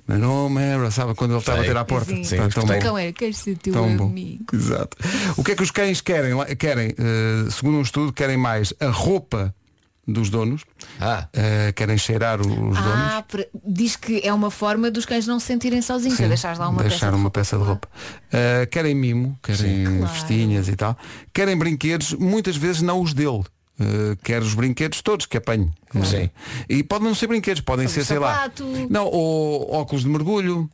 S2: Meu nome era, sabe, quando ele estava a
S16: Sei.
S2: ter à porta.
S4: Sim.
S2: Pá, tão
S4: o
S2: bom.
S4: cão era, queres ser teu
S2: Tão bom.
S4: amigo.
S2: Exato. O que é que os cães querem? lá- Querem, eh, segundo um estudo, querem mais a roupa dos donos,
S16: Ah,
S2: eh, querem cheirar o- os donos.
S4: Ah, pre- diz que é uma forma dos cães não se sentirem sozinhos, é
S2: Sim,
S4: deixares lá uma
S2: deixar
S4: peça.
S2: uma peça de roupa. Ah, querem mimo, querem festinhas e tal. Querem brinquedos, muitas vezes não os dele. Ah, quer os brinquedos todos que apanho.
S16: Sim.
S2: E podem não ser brinquedos, podem ser, sei lá.
S4: sapato.
S2: Não, ou óculos de mergulho.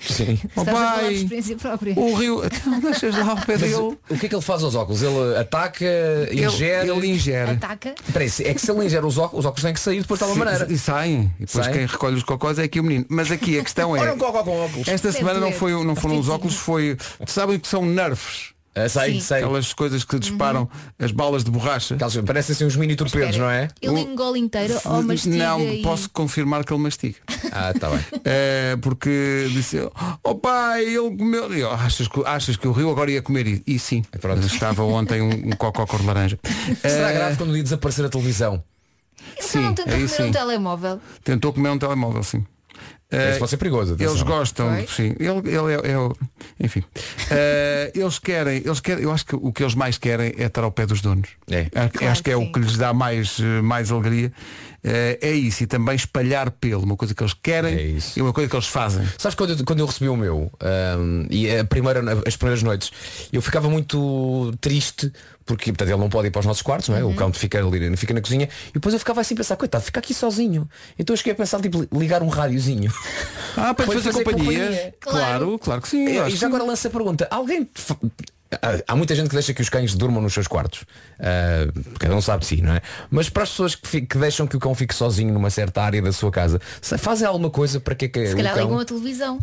S16: Sim.
S2: Oh,
S4: Estás a falar de
S2: pai,
S4: experiência própria.
S2: o rio. Então, deixas lá o pé
S16: Mas
S2: dele.
S16: o o que é que ele faz aos óculos? Ele ataca,
S2: Ele-
S16: ingere.
S2: ele ingere.
S4: Ataca.
S16: Espera aí, se- é que se ele ingere os óculos, os óculos têm que sair depois de alguma
S2: Sim,
S16: maneira.
S2: E saem. E depois
S16: Saem.
S2: quem recolhe os cocós é aqui o menino. Mas aqui a questão é.
S16: Ora, um cocó com óculos.
S2: Esta
S16: Deve
S2: semana não,
S16: doer.
S2: foi, não foram os óculos, foi. Sabem que são nerfs.
S16: Ah, sei, sei.
S2: Aquelas coisas que disparam as balas de borracha.
S16: Parecem assim uns mini torpedos, não é?
S4: Ele engole inteiro ou mastiga
S2: Não,
S4: e...
S2: posso confirmar que ele mastiga.
S16: Ah, tá bem.
S2: É, porque disse, oh pai, ele comeu. E eu, achas, que, achas que o Rio agora ia comer? E, e sim, é estava ontem um, um cocó cor de laranja.
S16: Será
S2: É,
S16: grave quando ia desaparecer a televisão?
S4: Ele só
S2: sim,
S4: Então não tenta
S2: aí
S4: comer
S2: sim.
S4: um telemóvel.
S2: Tentou comer um telemóvel, sim.
S16: É Isso pode ser perigoso, atenção.
S2: É- Eles
S4: Foi?
S2: gostam, sim. Ele, ele é, é o- enfim. Eh, eles querem, eles querem, eu acho que o que eles mais querem é estar ao pé dos donos. É. Acho, acho que é o que lhes dá mais, eh, mais alegria. Eh, é isso, e também espalhar pelo, uma coisa que eles querem e uma coisa que eles fazem.
S16: Sabes quando eu, quando eu recebi o meu ahm, e a primeira, as primeiras noites eu ficava muito triste porque portanto, ele não pode ir para os nossos quartos, não é?
S4: Uhum.
S16: O cão fica ali, fica na cozinha e depois eu ficava assim a pensar, coitado, fica aqui sozinho. Então eu cheguei a pensar tipo ligar um rádiozinho.
S2: Ah, para lhe fazer companhia. É, Claro, claro que sim,
S16: E,
S2: eu acho
S16: e
S2: que
S16: já agora lança a pergunta, alguém te fa- Há- Há muita gente que deixa que os cães durmam nos seus quartos. Ah, cada um sabe de si, não é? Mas para as pessoas que, fi- que deixam que o cão fique sozinho numa certa área da sua casa, se- fazem alguma coisa para que, é que
S2: um
S4: Se
S16: o
S4: calhar ligam
S16: cão...
S4: a televisão.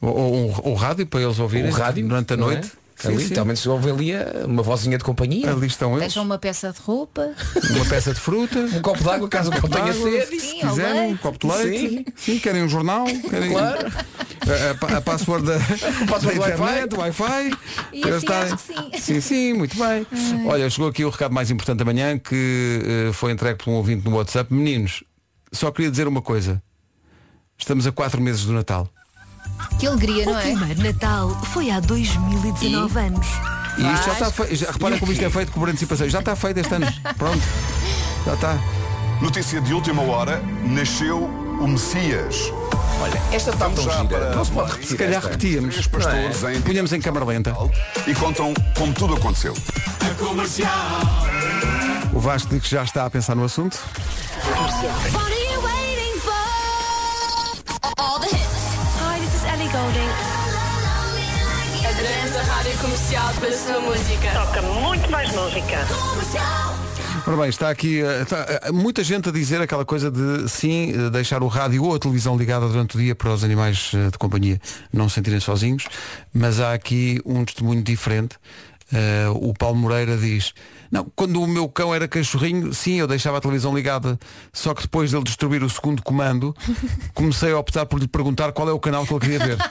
S2: Ou, ou- ou Um rádio para eles ouvirem
S16: O rádio
S2: durante a
S16: não
S2: noite.
S16: É? Ali, Pelo menos se ouve ali eh, uma vozinha de companhia.
S2: Ali estão
S4: Deixam uma peça de roupa.
S2: Uma peça de fruta. Um
S16: copo de água, caso o cão tenha sede.
S2: Se
S4: Sim, ao
S2: quiserem, um
S4: leite.
S2: copo de leite. Sim. querem um jornal. Querem
S16: Claro.
S2: a, a pa- a password da,
S16: password
S2: da
S16: do
S2: internet, do Wi-Fi.
S4: E
S2: para
S4: assim
S2: estarem-
S4: acho que sim.
S2: sim, sim, muito bem. Olha, chegou aqui o recado mais importante da manhã que eh, foi entregue por um ouvinte no WhatsApp. Meninos, só queria dizer uma coisa. Estamos a quatro meses do Natal.
S4: Que alegria,
S2: Oh,
S4: não é?
S17: O primeiro Natal foi há 2019 anos.
S2: E isto já está feito. já- Repara como isto é feito por antecipação. Já está feito este ano. Pronto. Já tá. está.
S18: Notícia de última hora, nasceu o Messias. Olha,
S16: esta está tão gira. Não se pode repetir
S2: Se calhar
S18: esta.
S2: repetíamos.
S18: Três pastores
S2: Não é?
S18: em-
S2: Punhamos em câmara lenta.
S18: E contam como tudo aconteceu.
S2: O Vasco diz que já está a pensar no assunto.
S17: What are you waiting for? All the hits. Hi, this is Ellie Golding.
S3: Adoramos a rádio comercial pela sua música. Toca muito mais música.
S2: Ora bem, está aqui eh, está, eh, muita gente a dizer aquela coisa de sim, eh, deixar o rádio ou a televisão ligada durante o dia para os animais eh, de companhia não se sentirem sozinhos, mas há aqui um testemunho diferente. Eh, o Paulo Moreira diz, não, quando o meu cão era cachorrinho, sim, eu deixava a televisão ligada, só que depois dele destruir o segundo comando, comecei a optar por lhe perguntar qual é o canal que ele queria ver.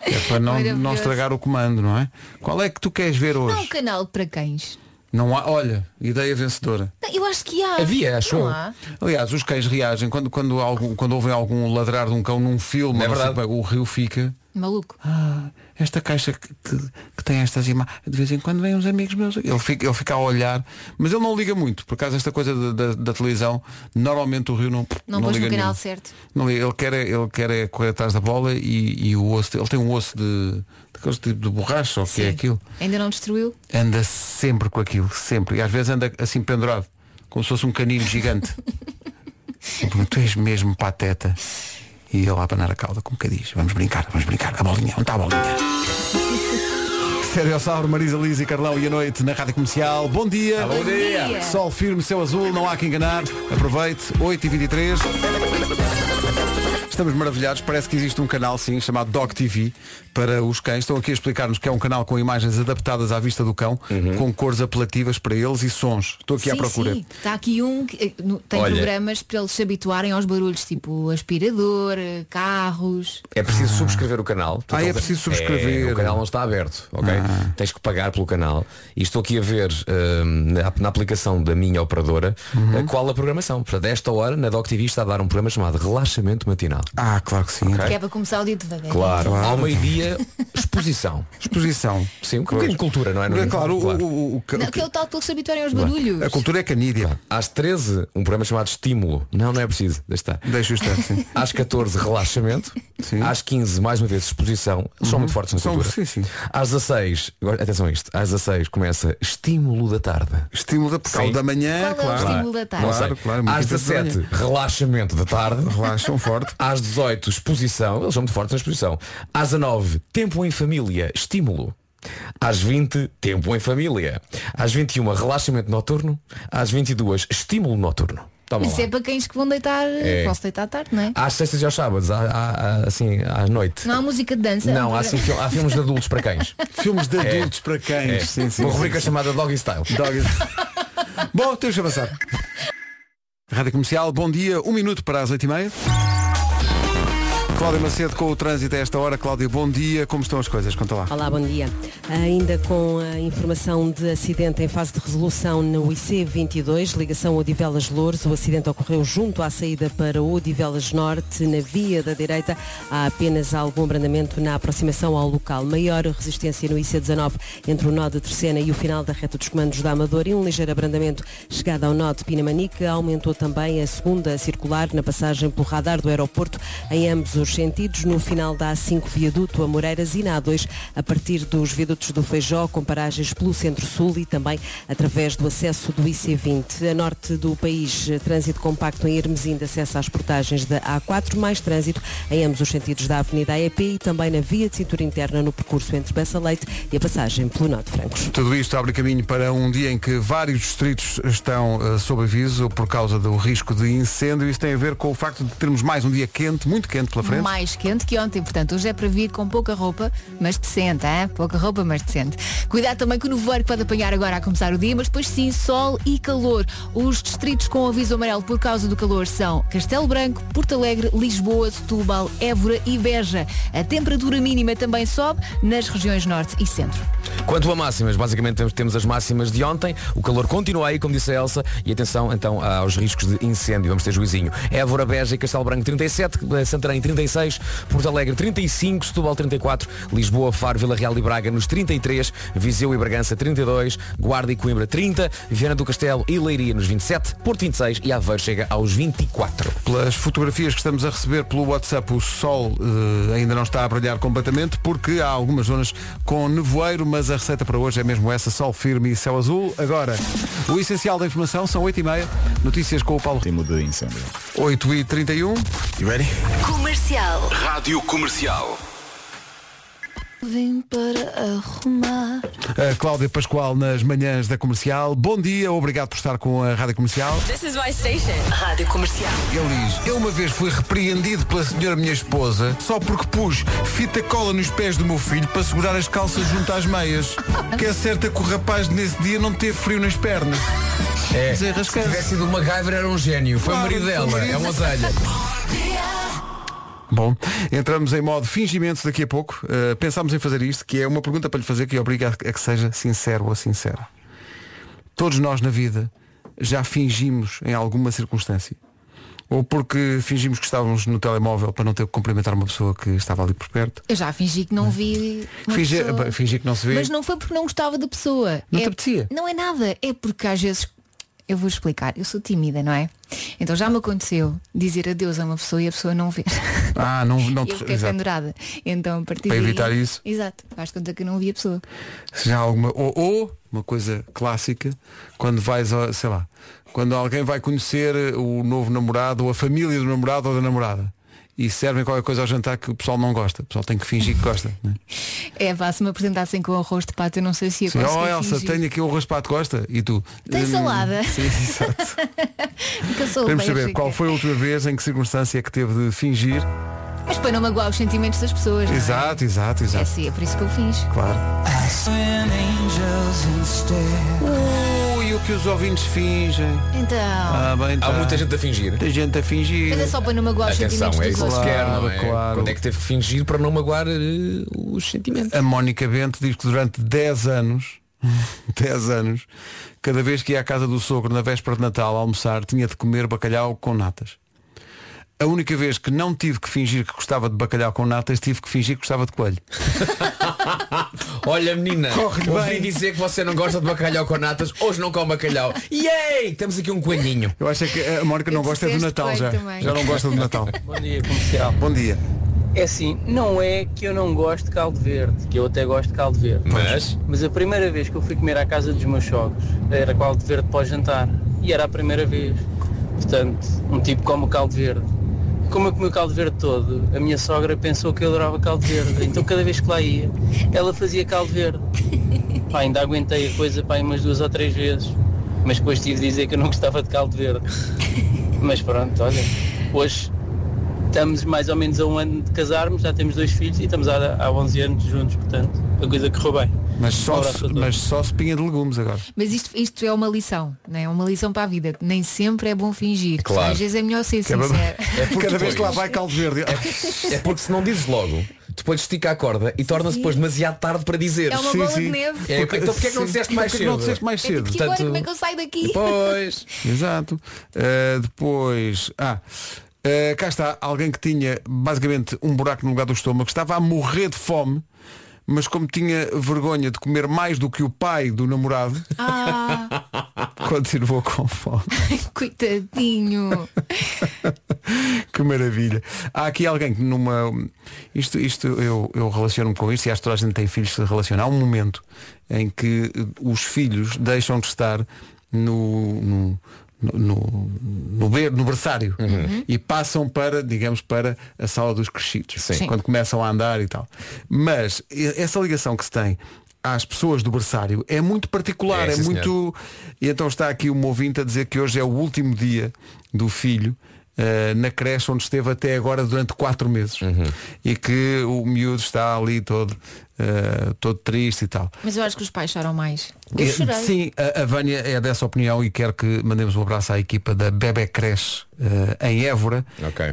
S2: É para não,
S4: Maravilhoso.
S2: não estragar o comando, não é? Qual é que tu queres ver
S4: Há
S2: hoje?
S4: um canal para cães.
S2: Não há, olha, ideia vencedora.
S4: Não, Eu acho que há.
S2: Havia, acho
S4: Não
S2: eu.
S4: há.
S2: Aliás, os cães reagem quando, quando, algum, quando ouvem algum ladrar de um cão num filme,
S16: É
S2: não sei
S16: verdade.
S2: como o rio fica. "Ah,
S4: Maluco.
S2: Esta caixa que, que- que tem estas imagens, de vez em quando vêm uns amigos meus. Ele fica, ele fica a olhar, mas ele não liga muito. Por acaso, esta coisa da, da- da televisão, normalmente o rio não,
S4: Não, pôs
S2: liga
S4: no canal
S2: nenhum.
S4: certo.
S2: Não liga. ele quer, é- ele quer é correr atrás da bola e, e o osso, ele tem um osso de, daqueles tipo de borracha, ou o que é aquilo
S4: Ainda não destruiu?
S2: anda sempre com aquilo, sempre. E às vezes anda assim pendurado, como se fosse um canino gigante. Eu pergunto, tu és mesmo pateta. E ele a abanar a cauda, como que diz? Vamos brincar, vamos brincar. A bolinha, onde está a bolinha? Sérgio Sauro, Marisa Liz e Carlão e a noite na Rádio Comercial. Bom dia.
S16: Bom dia.
S2: Sol firme, céu azul, não há que enganar. Aproveite, 8h23. Estamos maravilhados, parece que existe um canal sim chamado Dog TV para os cães. Estão aqui a explicar-nos que é um canal com imagens adaptadas à vista do cão,
S16: Uhum.
S2: com cores apelativas para eles e sons. Estou aqui à
S4: Sim,
S2: procura.
S4: sim. Está aqui um que eh, no- tem
S2: Olha.
S4: programas para eles se habituarem aos barulhos, tipo aspirador, eh, carros.
S16: É preciso subscrever o canal.
S2: Ah, é preciso subscrever. Ah.
S16: É, o canal não está aberto, ok? Tens que pagar pelo canal. E estou aqui a ver hum, na, na aplicação da minha operadora
S2: Uhum.
S16: eh, qual a programação. Portanto, a esta hora, na Doc TV está a dar um programa chamado Relaxamento Matinal.
S2: Ah, claro que sim.
S4: Que é para começar o dia devagar.
S16: Claro. Ao meio-dia, exposição.
S2: Exposição.
S16: Sim, um bocadinho de cultura, não é?
S2: É claro, o-
S4: Não, que é o tal para eles se habituarem aos
S16: Claro.
S4: barulhos.
S2: cultura é canídia.
S16: Às 13, um programa chamado Estímulo. Não, não é preciso. Deixa estar.
S2: Deixa estar, sim.
S16: Às 14, relaxamento. Às 15, mais uma vez, exposição. São
S2: Uhum.
S16: muito fortes na
S2: São-
S16: cultura.
S2: sim, sim.
S16: Às 16, agora, atenção a isto. Às 16 começa Estímulo da Tarde.
S2: Estímulo da, porque há o da
S4: Qual é
S2: manhã,
S4: o
S2: claro.
S4: estímulo da tarde?
S16: Não
S2: Claro, é
S16: sei.
S2: claro, muita
S16: Às
S2: gente da
S16: 17,
S2: manhã.
S16: relaxamento da tarde.
S2: Relaxam forte.
S16: Às 18, exposição. Eles são muito fortes na exposição. Às 19, tempo em família, estímulo. Às 20, tempo em família. Às 21, relaxamento noturno. Às 22, estímulo noturno. Toma
S4: Isso
S16: lá.
S4: é para quem que vão deitar.
S16: É.
S4: Posso deitar à tarde, não é?
S16: Às sextas e aos sábados, à- à- à- assim, à noite.
S4: Não há música de dança.
S16: Não, há, assim, fil- há filmes de adultos para cães.
S2: Filmes de adultos para cães, sim, sim,
S16: É. Uma
S2: sim,
S16: rubrica
S2: sim.
S16: chamada Doggy Style.
S2: Bom, temos que avançar. Rádio Comercial, bom dia. Um minuto para as oito e meia. Cláudia Macedo com o trânsito a esta hora. Cláudia, bom dia. Como estão as coisas? Conta lá.
S10: Olá, bom dia. Ainda com a informação de acidente em fase de resolução no IC22, ligação Odivelas Louros, o acidente ocorreu junto à saída para Odivelas Norte, na via da direita. Há apenas algum abrandamento na aproximação ao local. Maior resistência no IC19 entre o nó de Terceira e o final da reta dos comandos da Amador e um ligeiro abrandamento chegado ao nó de Pinamanique. Aumentou também a segunda circular na passagem pelo radar do aeroporto em ambos os sentidos, no final da A5 viaduto a Moreiras e na A2 a partir dos viadutos do Feijó, com paragens pelo Centro-Sul e também através do acesso do IC20. A norte do país, eh, trânsito compacto em Hermesinda, acesso às portagens da A4, mais trânsito em ambos os sentidos da Avenida AEP e também na via de cintura interna no percurso entre Bessa Leite e a passagem pelo Norte Franco.
S2: Tudo isto abre caminho para um dia em que vários distritos estão eh, sob aviso por causa do risco de incêndio. Isso tem a ver com o facto de termos mais um dia quente, muito quente pela frente.
S4: Mais quente que ontem, portanto, hoje é para vir com pouca roupa, mas decente, hein? pouca roupa, mas decente. Cuidado também que o nevoeiro que pode apanhar agora a começar o dia, mas depois sim, sol e calor. Os distritos com aviso amarelo por causa do calor são Castelo Branco, Porto Alegre, Lisboa, Setúbal, Évora e Beja. A temperatura mínima também sobe nas regiões norte e centro.
S16: Quanto a máximas, basicamente temos- temos as máximas de ontem, o calor continua aí, como disse a Elsa, e atenção então aos riscos de incêndio, vamos ter juizinho. Évora, Beja e Castelo Branco 37, eh, Santarém 36, Porto Alegre 35, Setúbal 34, Lisboa, Faro, Vila Real e Braga nos 33, Viseu e Bragança 32, Guarda e Coimbra 30, Viana do Castelo e Leiria nos 27, Porto 26 e Aveiro chega aos 24.
S2: Pelas fotografias que estamos a receber pelo WhatsApp, o sol eh, ainda não está a brilhar completamente porque há algumas zonas com nevoeiro, mas a receita para hoje é mesmo essa, sol firme e céu azul. Agora, o essencial da informação são 8h30, notícias com o Paulo. Timo de incêndio. 8h31. You ready?
S17: Comercial.
S18: Rádio Comercial.
S17: Vim para arrumar.
S2: A Eh, Cláudia Pascoal nas manhãs da Comercial. Bom dia, obrigado por estar com a Rádio Comercial.
S3: This is my station. Rádio Comercial.
S2: Ele diz, eu uma vez fui repreendido pela senhora minha esposa só porque pus fita cola nos pés do meu filho para segurar as calças junto às meias. Que é certa que o rapaz nesse dia não teve frio nas pernas.
S16: É,
S2: se
S16: tivesse sido uma MacGyver era um gênio, foi
S2: Claro,
S16: o marido
S2: foi o
S16: dela,
S2: marido.
S16: é uma zelha.
S2: Bom, entramos em modo fingimento daqui a pouco. Uh, pensámos em fazer isto, que é uma pergunta para lhe fazer que obriga a a que seja sincero ou sincera. Todos nós na vida já fingimos em alguma circunstância. Ou porque fingimos que estávamos no telemóvel para não ter que cumprimentar uma pessoa que estava ali por perto.
S4: Eu já fingi que não vi. uma
S2: Fingi,
S4: pessoa.
S2: pá, fingi que não se vê.
S4: Mas não foi porque não gostava da pessoa.
S2: Não
S4: é,
S2: te apetecia?
S4: Não é nada. É porque às vezes. Eu vou explicar. Eu sou tímida, não é? Então já me aconteceu dizer adeus a uma pessoa e a pessoa não ver.
S2: Ah, não, não
S4: E eu fiquei
S2: exato.
S4: pendurada. Então a partir
S2: Para
S4: daí-
S2: evitar isso.
S4: Exato. Faz conta que eu não vi a pessoa.
S2: Se já há alguma ou, ou, uma coisa clássica quando vais ao- sei lá quando alguém vai conhecer o novo namorado ou a família do namorado ou da namorada e servem qualquer coisa ao jantar que o pessoal não gosta o pessoal tem que fingir que gosta né?
S4: É, vá, se me apresentassem com arroz de pato, eu não sei se ia
S2: Sim,
S4: conseguir.
S2: oh Elsa
S4: fingir.
S2: tenho aqui o raspato gosta e tu
S4: Tem
S2: "Hum,
S4: salada."
S2: sim, exato.
S4: Que eu sou
S2: queremos saber
S4: alérgica.
S2: qual foi a última vez em que circunstância é que teve de fingir
S4: Mas para não magoar os sentimentos das pessoas. não é?
S2: exato exato
S4: É
S2: exato
S4: sim, é por isso que eu finjo.
S2: claro Ui, o que os ouvintes fingem
S4: Então.
S2: Ah,
S16: Há muita gente a fingir.
S2: Tem gente a fingir.
S4: Mas é só para não magoar os
S16: Atenção,
S4: sentimentos
S16: é
S4: dos
S16: isso que se
S4: outros.
S16: quer,
S2: Claro,
S16: não é?
S2: claro.
S16: Quando é que teve que fingir para não magoar eh, os sentimentos?
S2: A Mónica Bento diz que durante 10 anos, 10 anos, cada vez que ia à casa do sogro na véspera de Natal a almoçar, tinha de comer bacalhau com natas. A única vez que não tive que fingir que gostava de bacalhau com natas, tive que fingir que gostava de coelho.
S16: Olha menina,
S2: Corre-lhe
S16: ouvi
S2: bem.
S16: dizer que você não gosta de bacalhau com natas, hoje não come bacalhau. Yay! Temos aqui um coelhinho.
S2: Eu acho é que a Mónica não
S16: Eu
S2: gosta é do
S16: detesto
S2: Natal
S16: coelho
S2: já.
S16: também.
S2: Já não gosta do Natal.
S19: Bom dia, comercial.
S2: Bom dia.
S19: É assim, não é que eu não gosto de caldo verde, que eu até gosto de caldo verde.
S16: Mas?
S19: Mas a primeira vez que eu fui comer à casa dos meus sogros era caldo verde para o jantar. E era a primeira vez. Portanto, um tipo come o caldo verde. Como eu comi o caldo verde todo, a minha sogra pensou que eu adorava caldo verde. Então cada vez que lá ia, ela fazia caldo verde. Pá, ainda aguentei a coisa pá, aí umas duas ou três vezes. Mas depois tive de dizer que eu não gostava de caldo verde. Mas pronto, olha, hoje estamos mais ou menos a um ano de casarmos, já temos dois filhos e estamos há, há 11 anos juntos, portanto, a coisa correu bem.
S2: Mas
S19: Um
S2: só,
S19: abraço a todos.
S2: mas só se pinha de legumes agora.
S4: Mas isto, isto é uma lição, não é? Uma lição para a vida. Nem sempre é bom fingir.
S16: Claro.
S4: Às vezes é melhor ser
S16: Que é verdade.
S4: sincero.
S16: É porque
S2: Cada
S16: depois-
S2: vez que lá vai caldo verde.
S16: É porque se não dizes logo, depois estica a corda e torna-se depois demasiado tarde para dizer.
S4: É uma bola de neve.
S16: É, então porquê é que não
S2: Sim.
S16: disseste
S2: E
S16: mais cedo?
S2: porquê que não disseste mais cedo?
S4: Porque agora como é que eu saio daqui?
S16: Pois.
S2: Exato. Uh, depois. Ah. uh, cá está alguém que tinha basicamente um buraco no lugar do estômago, estava a morrer de fome, mas como tinha vergonha de comer mais do que o pai do namorado,
S4: Ah,
S2: continuou com fome.
S4: coitadinho.
S2: Que maravilha. Há aqui alguém que numa. Isto, isto eu, eu relaciono-me com isto e acho que toda a gente tem filhos que se relaciona. Há um momento em que eh, os filhos deixam de estar no. no no, no, no ber- no berçário
S16: Uhum.
S2: Uhum. e passam para, digamos, para a sala dos crescidos,
S16: Sim. Sim.
S2: quando começam a andar e tal. Mas e- essa ligação que se tem às pessoas do berçário é muito particular,
S16: É,
S2: é,
S16: sim, senhor.
S2: muito, e então está aqui uma ouvinte a dizer que hoje é o último dia do filho eh, na creche onde esteve até agora durante quatro meses.
S16: Uhum.
S2: E que o miúdo está ali todo, eh, todo triste e tal.
S4: Mas eu acho que os pais choram mais. Eu
S2: Eh,
S4: chorei.
S2: Sim, a, a Vânia é dessa opinião e quer que mandemos um abraço à equipa da Bebé Creche eh, em Évora.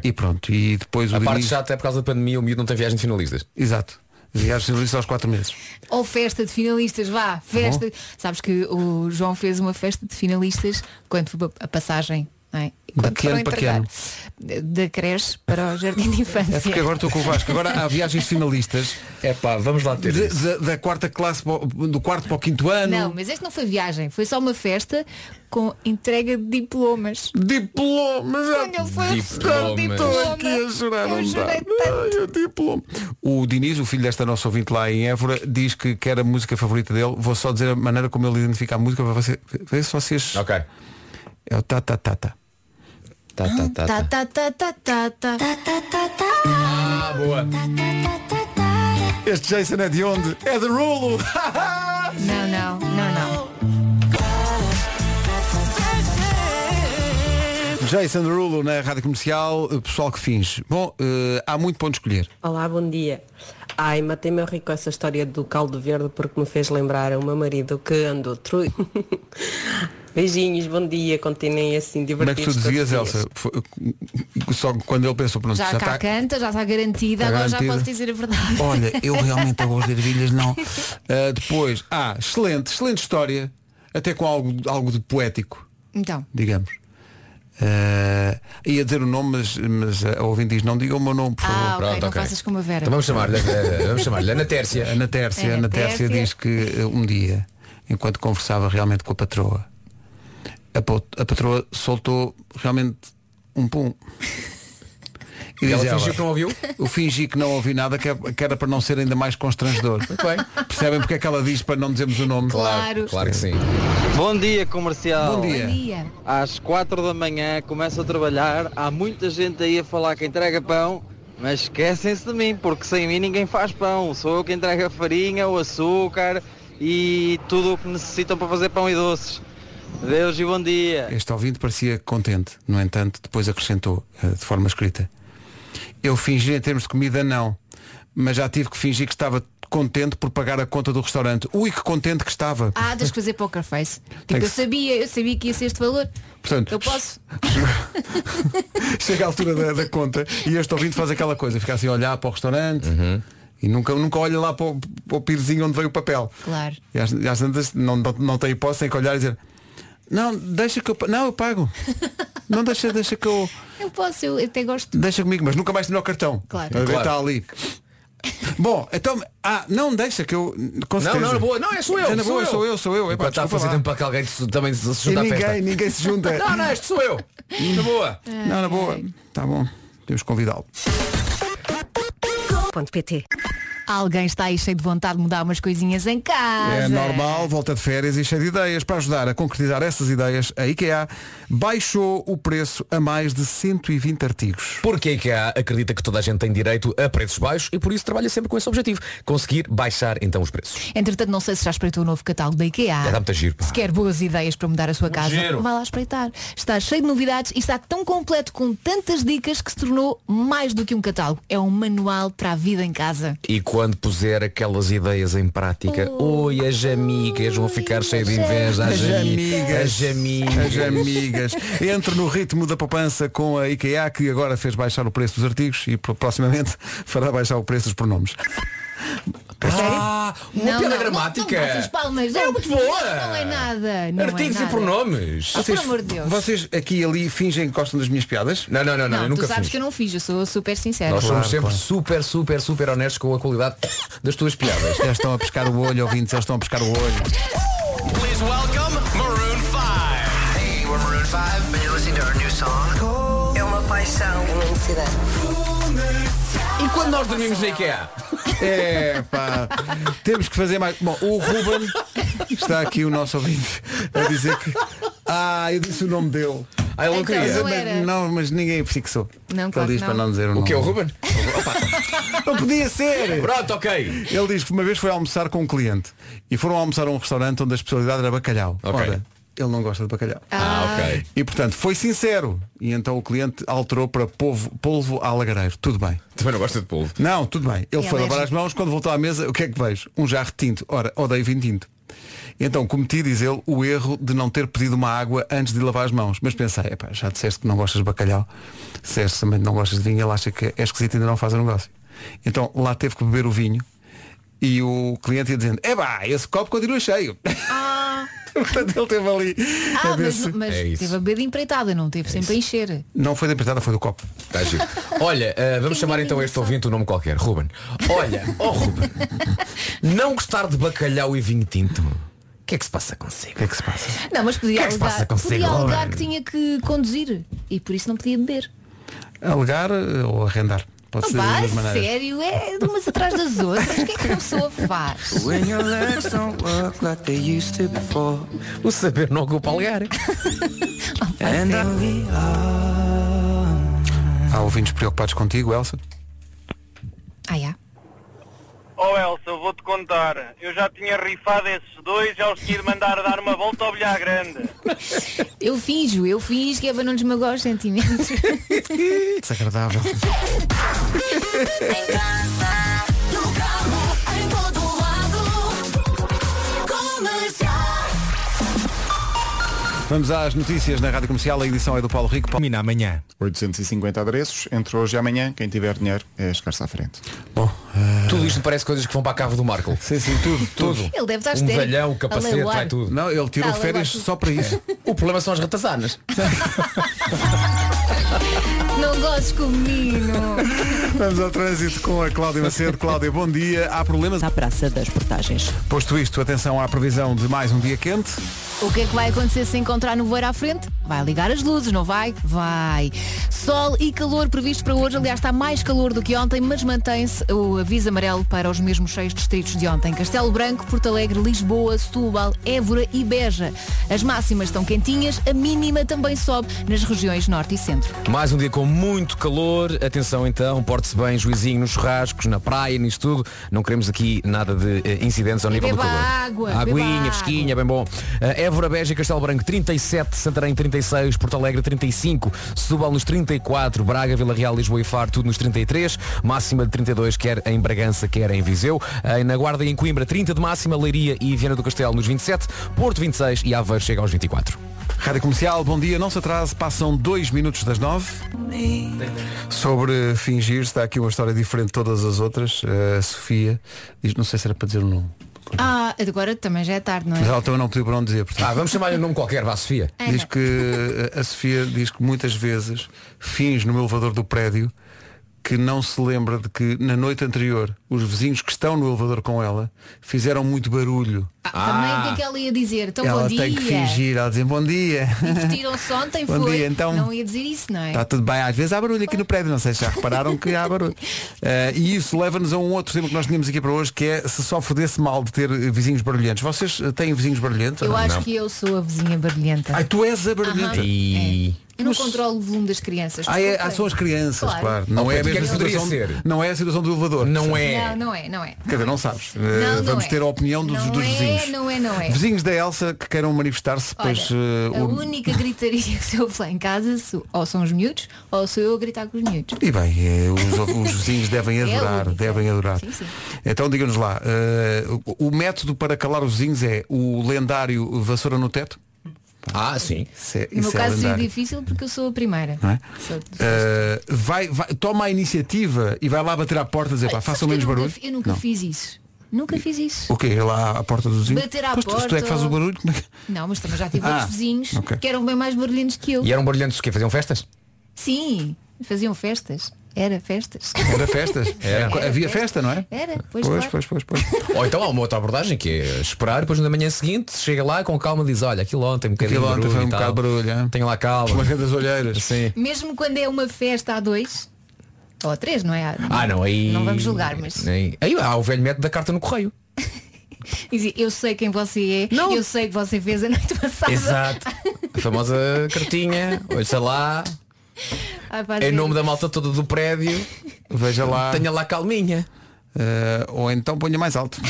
S2: E pronto, e depois
S16: A
S2: o
S16: parte
S2: Diniz-
S16: chata é por causa da pandemia, o miúdo não tem viagens finalistas.
S2: Exato. Viagens finalistas aos quatro meses.
S4: Ou festa de finalistas, vá, festa. Sabes que o João fez uma festa de finalistas quando foi a passagem. Não é? Quando
S2: que ano
S4: foram
S2: para que
S4: entregar
S2: ano?
S4: Da creche para o jardim de infância.
S2: É porque agora estou com o Vasco. Agora há viagens finalistas.
S16: É pá, vamos lá ter.
S2: De- da, da quarta classe, para o- do quarto para o quinto ano.
S4: Não, mas este não foi viagem, foi só uma festa com entrega de diplomas.
S2: Diplomas!
S4: Quando ele foi buscar o
S2: Diplomas.
S4: diploma,
S2: Estou aqui a chorar, não
S4: eu
S2: dá.
S4: chorei tanto.
S2: Ai, o diploma. O Diniz, o filho desta nossa ouvinte lá em Évora, diz que quer a música favorita dele. Vou só dizer a maneira como ele identifica a música para você. Vê se vocês. Ok. É o tá, tá, tá, tá. Tá, tá, tá,
S4: Tá, tá, tá, tá, tá, tá.
S16: Ah, boa.
S2: Este Jason é de onde? É de Rulo.
S4: Não, não, não, não.
S2: Jason Rulo na rádio comercial. eh, Pessoal que finge. Bom, eh, há muito ponto de escolher.
S20: Olá, bom dia. Ai, matei-me ao rico com essa história do caldo verde porque me fez lembrar o meu marido que andou tru... Beijinhos, bom dia, continuem assim
S2: Como é
S20: divertidos.
S2: que tu dizias, Elsa? Foi- eh, Só quando ele pensou, pronto,
S4: Já,
S2: já
S4: cá
S2: está
S4: canta, já está garantida,
S2: Está
S4: agora já
S2: garantida.
S4: posso dizer a verdade.
S2: Olha, eu realmente agora de ervilhas não. Ah, depois, ah, excelente, excelente história, até com algo, algo de poético,
S4: Então,
S2: digamos. Ah, ia dizer o nome, mas, mas a ouvinte diz, não diga o meu nome, por favor.
S4: ah, ok, não faças como a Vera.
S16: Então vamos chamar-lhe, eh, vamos chamar-lhe Ana Tércia.
S2: Ana Tércia,
S4: Ana
S2: Ana Tércia
S4: Tércia.
S2: diz que eh, um dia, enquanto conversava realmente com a patroa, a, po- a patroa soltou realmente um pum.
S16: E ela
S2: diz
S16: fingiu que não ouviu?
S2: Eu fingi que não ouvi nada, que é- que era para não ser ainda mais constrangedor. Percebem porque é que ela diz para não dizermos o nome?
S4: Claro.
S16: claro que sim.
S21: Bom dia, comercial.
S2: Bom dia. Bom
S4: dia.
S21: Às 4 da manhã começo a trabalhar. Há muita gente aí a falar que entrega pão, mas esquecem-se de mim, porque sem mim ninguém faz pão. Sou eu que entrega a farinha, o açúcar e tudo o que necessitam para fazer pão e doces. Deus e bom dia.
S2: Este ouvinte parecia contente, no entanto, depois acrescentou eh, de forma escrita. Eu fingi em termos de comida não, mas já tive que fingir que estava contente por pagar a conta do restaurante. Ui, que contente que estava.
S4: Ah, tens que fazer poker face. Tipo,
S2: Tem que
S4: eu
S2: se-
S4: sabia, eu sabia que ia ser este valor.
S2: Portanto,
S4: Eu posso.
S2: Chega a altura da, da conta e este ouvinte faz aquela coisa, fica assim a olhar para o restaurante
S16: Uhum.
S2: e nunca, nunca olha lá para o, para o pirezinho onde veio o papel.
S4: Claro.
S2: E às, e às tantas não, não, não tem hipótese, tem que olhar e dizer, não, deixa que eu pa- não, eu pago. Não deixa, deixa que eu.
S4: Eu posso, eu até gosto.
S2: Deixa comigo, mas nunca mais tira o cartão.
S4: Claro.
S2: Às vezes
S4: Claro.
S2: Está ali. Bom, então, ah, não deixa que eu. Com
S16: Não,
S2: certeza.
S16: não, boa, não, é sou eu.
S2: É na boa, sou eu, sou eu. Epá,
S16: Enquanto tá está a
S2: desculpa
S16: fazer
S2: lá.
S16: tempo para que alguém se- também se
S2: E
S16: junte à festa.
S2: ninguém, ninguém se junta.
S16: Não, não, este sou eu. Na boa.
S2: Não, Tá na boa. Está bom. Temos que convidá-lo.
S22: Ponto PT.
S4: Alguém está aí cheio de vontade de mudar umas coisinhas em casa.
S2: É normal, volta de férias e cheia de ideias. Para ajudar a concretizar essas ideias, a IKEA baixou o preço a mais de 120 artigos.
S16: Porque a IKEA acredita é que toda a gente tem direito a preços baixos e por isso trabalha sempre com esse objetivo, conseguir baixar então os preços.
S4: Entretanto, não sei se já espreitou o novo catálogo da IKEA.
S16: Já dá muito giro, pá. Um
S4: Se quer boas ideias para mudar a sua casa,
S16: giro.
S4: vai lá espreitar. Está cheio de novidades e está tão completo com tantas dicas que se tornou mais do que um catálogo. É um manual para a vida em casa.
S16: E quando puser aquelas ideias em prática, ui, as amigas vão ficar cheias de inveja. As amigas. As amigas.
S2: As amigas. Entre no ritmo da poupança com a IKEA, que agora fez baixar o preço dos artigos e pro- proximamente fará baixar o preço dos pronomes.
S16: Ah, uma
S4: Não,
S16: piada
S4: não,
S16: gramática.
S4: Não, não, batas palmas,
S16: É
S4: não.
S16: muito boa.
S4: Não, não é nada. Não
S16: Artigos
S4: é nada.
S16: e pronomes.
S4: Ah, pelo amor de Deus.
S2: vocês aqui e ali fingem que gostam das minhas piadas?
S16: Não, não, não, não, eu
S4: tu
S16: nunca
S4: sabes
S16: fiz.
S4: que eu não fiz, eu sou super sincera.
S16: Nós somos sempre super, super, super honestos com a qualidade das tuas piadas.
S2: Eles estão a pescar o olho, ouvintes, eles estão a pescar o olho.
S6: Please welcome Maroon 5. Hey, we're Maroon 5 and you're listening to our new song. É uma paixão. É uma necessidade.
S16: E quando nós dormimos na IKEA?
S2: É pá, temos que fazer mais. Bom, o Ruben está aqui o nosso ouvinte a dizer que. Ah, eu disse o nome dele.
S16: Ah, ele
S4: não Então, queria. não era.
S2: Mas, não, mas ninguém fixou.
S4: Não,
S2: ele
S4: claro
S2: diz
S4: que
S2: para
S4: não.
S2: não dizer o nome.
S16: O que é o Ruben?
S2: Não podia ser!
S16: Pronto, ok.
S2: Ele diz que uma vez foi almoçar com um cliente e foram almoçar a um restaurante onde a especialidade era bacalhau.
S16: Ok.
S2: Ora, ele não gosta de bacalhau.
S16: Ah, ok.
S2: E portanto foi sincero. E então o cliente alterou para polvo, polvo alagareiro. Tudo bem.
S16: Também não gosta de polvo.
S2: Não, tudo bem. Ele
S16: É
S2: foi lavar
S16: alérgico.
S2: as mãos, quando voltou à mesa, o que é que vejo? Um jarro de tinto. Ora, odeio vinho tinto. Então cometi, diz ele, o erro de não ter pedido uma água antes de lavar as mãos. Mas pensei, epá, já disseste que não gostas de bacalhau, disseste também que não gostas de vinho, ele acha que é esquisito e ainda não faz o negócio. Então lá teve que beber o vinho e o cliente ia dizendo, epá, esse copo continua cheio. Portanto, ele teve ali. a
S16: É
S4: Ah,
S2: ver
S4: mas,
S2: se-
S4: mas teve a bebida empreitada, não teve sempre a encher.
S2: Não foi da empreitada, foi do copo.
S16: Está Tá giro. Olha, ah, vamos chamar então este ouvinte um nome qualquer, Ruben. Olha, oh Ruben, não gostar de bacalhau e vinho tinto. O que é que se passa consigo? O que
S2: é que se passa?
S4: Não, mas podia
S16: O que é que se passa
S4: alegar,
S16: consigo,
S4: podia alegar
S16: Ruben?
S4: que tinha que conduzir e por isso não podia beber.
S2: Alegar eh, ou arrendar. Pode ser das
S4: Pá,
S2: duas maneiras.
S4: sério, é de umas atrás das outras. O que é que a pessoa faz?
S16: O saber não ocupa lugar.
S4: é.
S2: Há ouvintes preocupados contigo, Elsa?
S4: Ah, já.
S22: Oh Elsa, eu vou-te contar. Eu já tinha rifado esses dois, já os tinha de mandar dar uma volta ao bilhar grande.
S4: Eu finjo, eu finjo que é para não desmagoar os sentimentos.
S2: É Desagradável. Vamos às notícias na Rádio Comercial, a edição é do Paulo Rico.
S1: Termina amanhã. 850 adereços. Entre hoje e amanhã, quem tiver dinheiro é chegar-se à frente.
S2: Bom,
S16: Tudo isto parece coisas que vão para a cave do Marco.
S2: Sim, sim, tudo, tudo.
S4: Ele deve estar
S16: Um
S4: estéril.
S16: velhão, capacete,
S4: Aleluar.
S16: vai tudo.
S2: Não, ele tirou
S4: Tá,
S2: férias
S4: aleluar.
S2: só para isso.
S16: O problema são as ratazanas.
S4: Não gostes comigo.
S2: Vamos ao trânsito com a Cláudia Macedo. Cláudia, bom dia. Há problemas?
S10: À Praça das Portagens.
S2: Posto isto, atenção à previsão de mais um dia quente.
S4: O que é que vai acontecer se encontrar nevoeiro à frente? Vai ligar as luzes, não vai? Vai. Sol e calor previsto para hoje. Aliás, está mais calor do que ontem, mas mantém-se o aviso amarelo para os mesmos seis distritos de ontem. Castelo Branco, Porto Alegre, Lisboa, Setúbal, Évora e Beja. As máximas estão quentinhas, a mínima também sobe nas regiões norte e centro.
S16: Mais um dia com muito calor. Atenção então, porte-se bem, juizinho, nos churrascos, na praia, nisto tudo. Não queremos aqui nada de eh, incidentes ao
S4: E
S16: nível do
S4: beba
S16: calor.
S4: água, beba
S16: Aguinha,
S4: água.
S16: fresquinha, bem bom. Eh, Évora, Beja e Castelo Branco 37, Santarém 36, Porto Alegre 35, Setúbal nos 34, Braga, Vila Real, Lisboa e Faro tudo nos 33, máxima de 32 quer em Bragança, quer em Viseu. Eh, na Guarda e em Coimbra 30 de máxima, Leiria e Viana do Castelo nos 27, Porto 26 e Aveiro chega aos 24.
S2: Rádio Comercial, bom dia. Não se atrase, passam dois minutos das nove. Sobre fingir, está aqui uma história diferente de todas as outras. A Sofia diz, não sei se era para dizer o nome.
S4: Ah, agora também já é tarde, não é?
S2: Mas ela também não pediu para onde dizer. Portanto.
S16: Ah, vamos chamar-lhe um nome qualquer, vá, Sofia.
S4: Ana.
S2: Diz que eh, a Sofia diz que muitas vezes finge no elevador do prédio que não se lembra de que na noite anterior os vizinhos que estão no elevador com ela fizeram muito barulho.
S4: Também o que é que ela ia dizer? Então
S2: Ah. ela
S4: bom
S2: tem que
S4: dia.
S2: fingir, ela dizer bom dia.
S4: Divertiram-se ontem,
S2: Bom
S4: foi.
S2: dia, então. Tá
S4: Não ia dizer isso, não é?
S2: Está tudo bem, às vezes há barulho aqui no prédio, não sei se já repararam que há barulho. Eh, e isso leva-nos a um outro tema que nós tínhamos aqui para hoje, que é se sofre desse mal de ter eh, vizinhos barulhentos. Vocês eh, têm vizinhos barulhentos? ou
S4: Eu
S2: não?
S4: acho
S2: Não.
S4: que eu sou a vizinha barulhenta.
S2: Ai, tu és a barulhenta.
S4: Aham. Eu não controlo o volume das crianças.
S2: Ah, é,
S4: desculpem.
S2: ah, são as crianças, claro. Não,
S16: Oh,
S2: é a
S16: Pedro, o
S2: mesma
S16: que é que
S2: situação,
S16: poderia
S2: não é a situação do elevador. Não
S4: Não, não é, não é.
S2: Quer dizer, não sabes. Eh,
S4: Não, não
S2: Vamos
S4: é.
S2: ter a opinião dos,
S4: Não
S2: dos
S4: é,
S2: vizinhos.
S4: não é, não é.
S2: Vizinhos da Elsa que queiram manifestar-se,
S4: Olha,
S2: pois eh,
S4: a
S2: o-
S4: única gritaria que se ouve lá em casa sou- ou são os miúdos ou sou eu a gritar com os miúdos.
S2: E bem, eh, os, os vizinhos devem
S4: É a
S2: adorar,
S4: única.
S2: devem adorar.
S4: Sim, sim.
S2: Então digam-nos lá, eh, o, o método para calar os vizinhos é o lendário vassoura no teto? Ah, sim. Isso
S4: No
S2: é,
S4: meu
S2: isso é
S4: caso seria
S2: lendário.
S4: difícil porque eu sou a primeira.
S2: Não é?
S4: Sou-
S2: Eh, vai, vai- toma a iniciativa e vai lá bater à porta e dizer, pá,
S4: Olha,
S2: façam
S4: sabes
S2: menos
S4: que é eu
S2: barulho.
S4: Nunca, eu nunca
S2: Não.
S4: fiz isso. Nunca fiz isso.
S2: O quê? Ir lá à porta dos vizinhos?
S4: Bater à
S2: Pois tu- Se tu é
S4: porta.
S2: que faz o barulho, como é que-
S4: Não, mas também já tive
S16: Ah,
S4: outros vizinhos
S16: ok.
S4: que eram bem mais barulhentos que eu.
S16: E eram barulhentos que faziam festas?
S4: Sim, faziam festas. Era festas.
S2: Era festas?
S16: Era.
S4: Era
S2: Havia
S4: festa.
S2: festa, não é?
S4: Era, pois, claro.
S2: pois, pois.
S16: Ou então há uma outra abordagem que é esperar, depois na manhã seguinte chega lá com calma e diz, olha, aquilo ontem um bocadinho
S2: Aquilo ontem
S16: barulho
S2: foi um
S16: e tal.
S2: bocado barulho.
S16: Tenho lá calma.
S2: Umas grandes olheiras.
S16: Sim.
S4: Mesmo quando é uma festa a dois ou a três, não é? Há-
S16: Ah, não, aí.
S4: Não vamos julgar, mas-
S16: Aí, aí há o velho método da carta no correio.
S4: Quer dizer, Eu sei quem você é, eu sei o que você fez a noite passada.
S16: A famosa cartinha, ouça lá,
S4: Ai, pá,
S16: em
S4: sério.
S16: nome da malta toda do prédio.
S2: Veja lá.
S16: Tenha lá calminha.
S2: Eh, ou então ponha mais alto.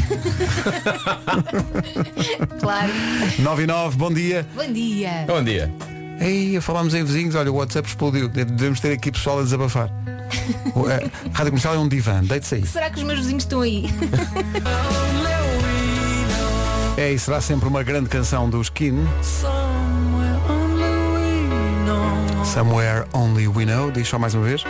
S4: Claro.
S2: 9 e 9, bom dia.
S4: Bom dia.
S16: Bom dia.
S2: Aí falámos em vizinhos, olha, o WhatsApp explodiu. Devemos ter aqui pessoal a desabafar. O, eh, Rádio Comercial é um divã, deite-se aí.
S4: Será que os meus vizinhos estão aí?
S2: É e será sempre uma grande canção do Skin. Somewhere Only We Know, diz só mais uma vez.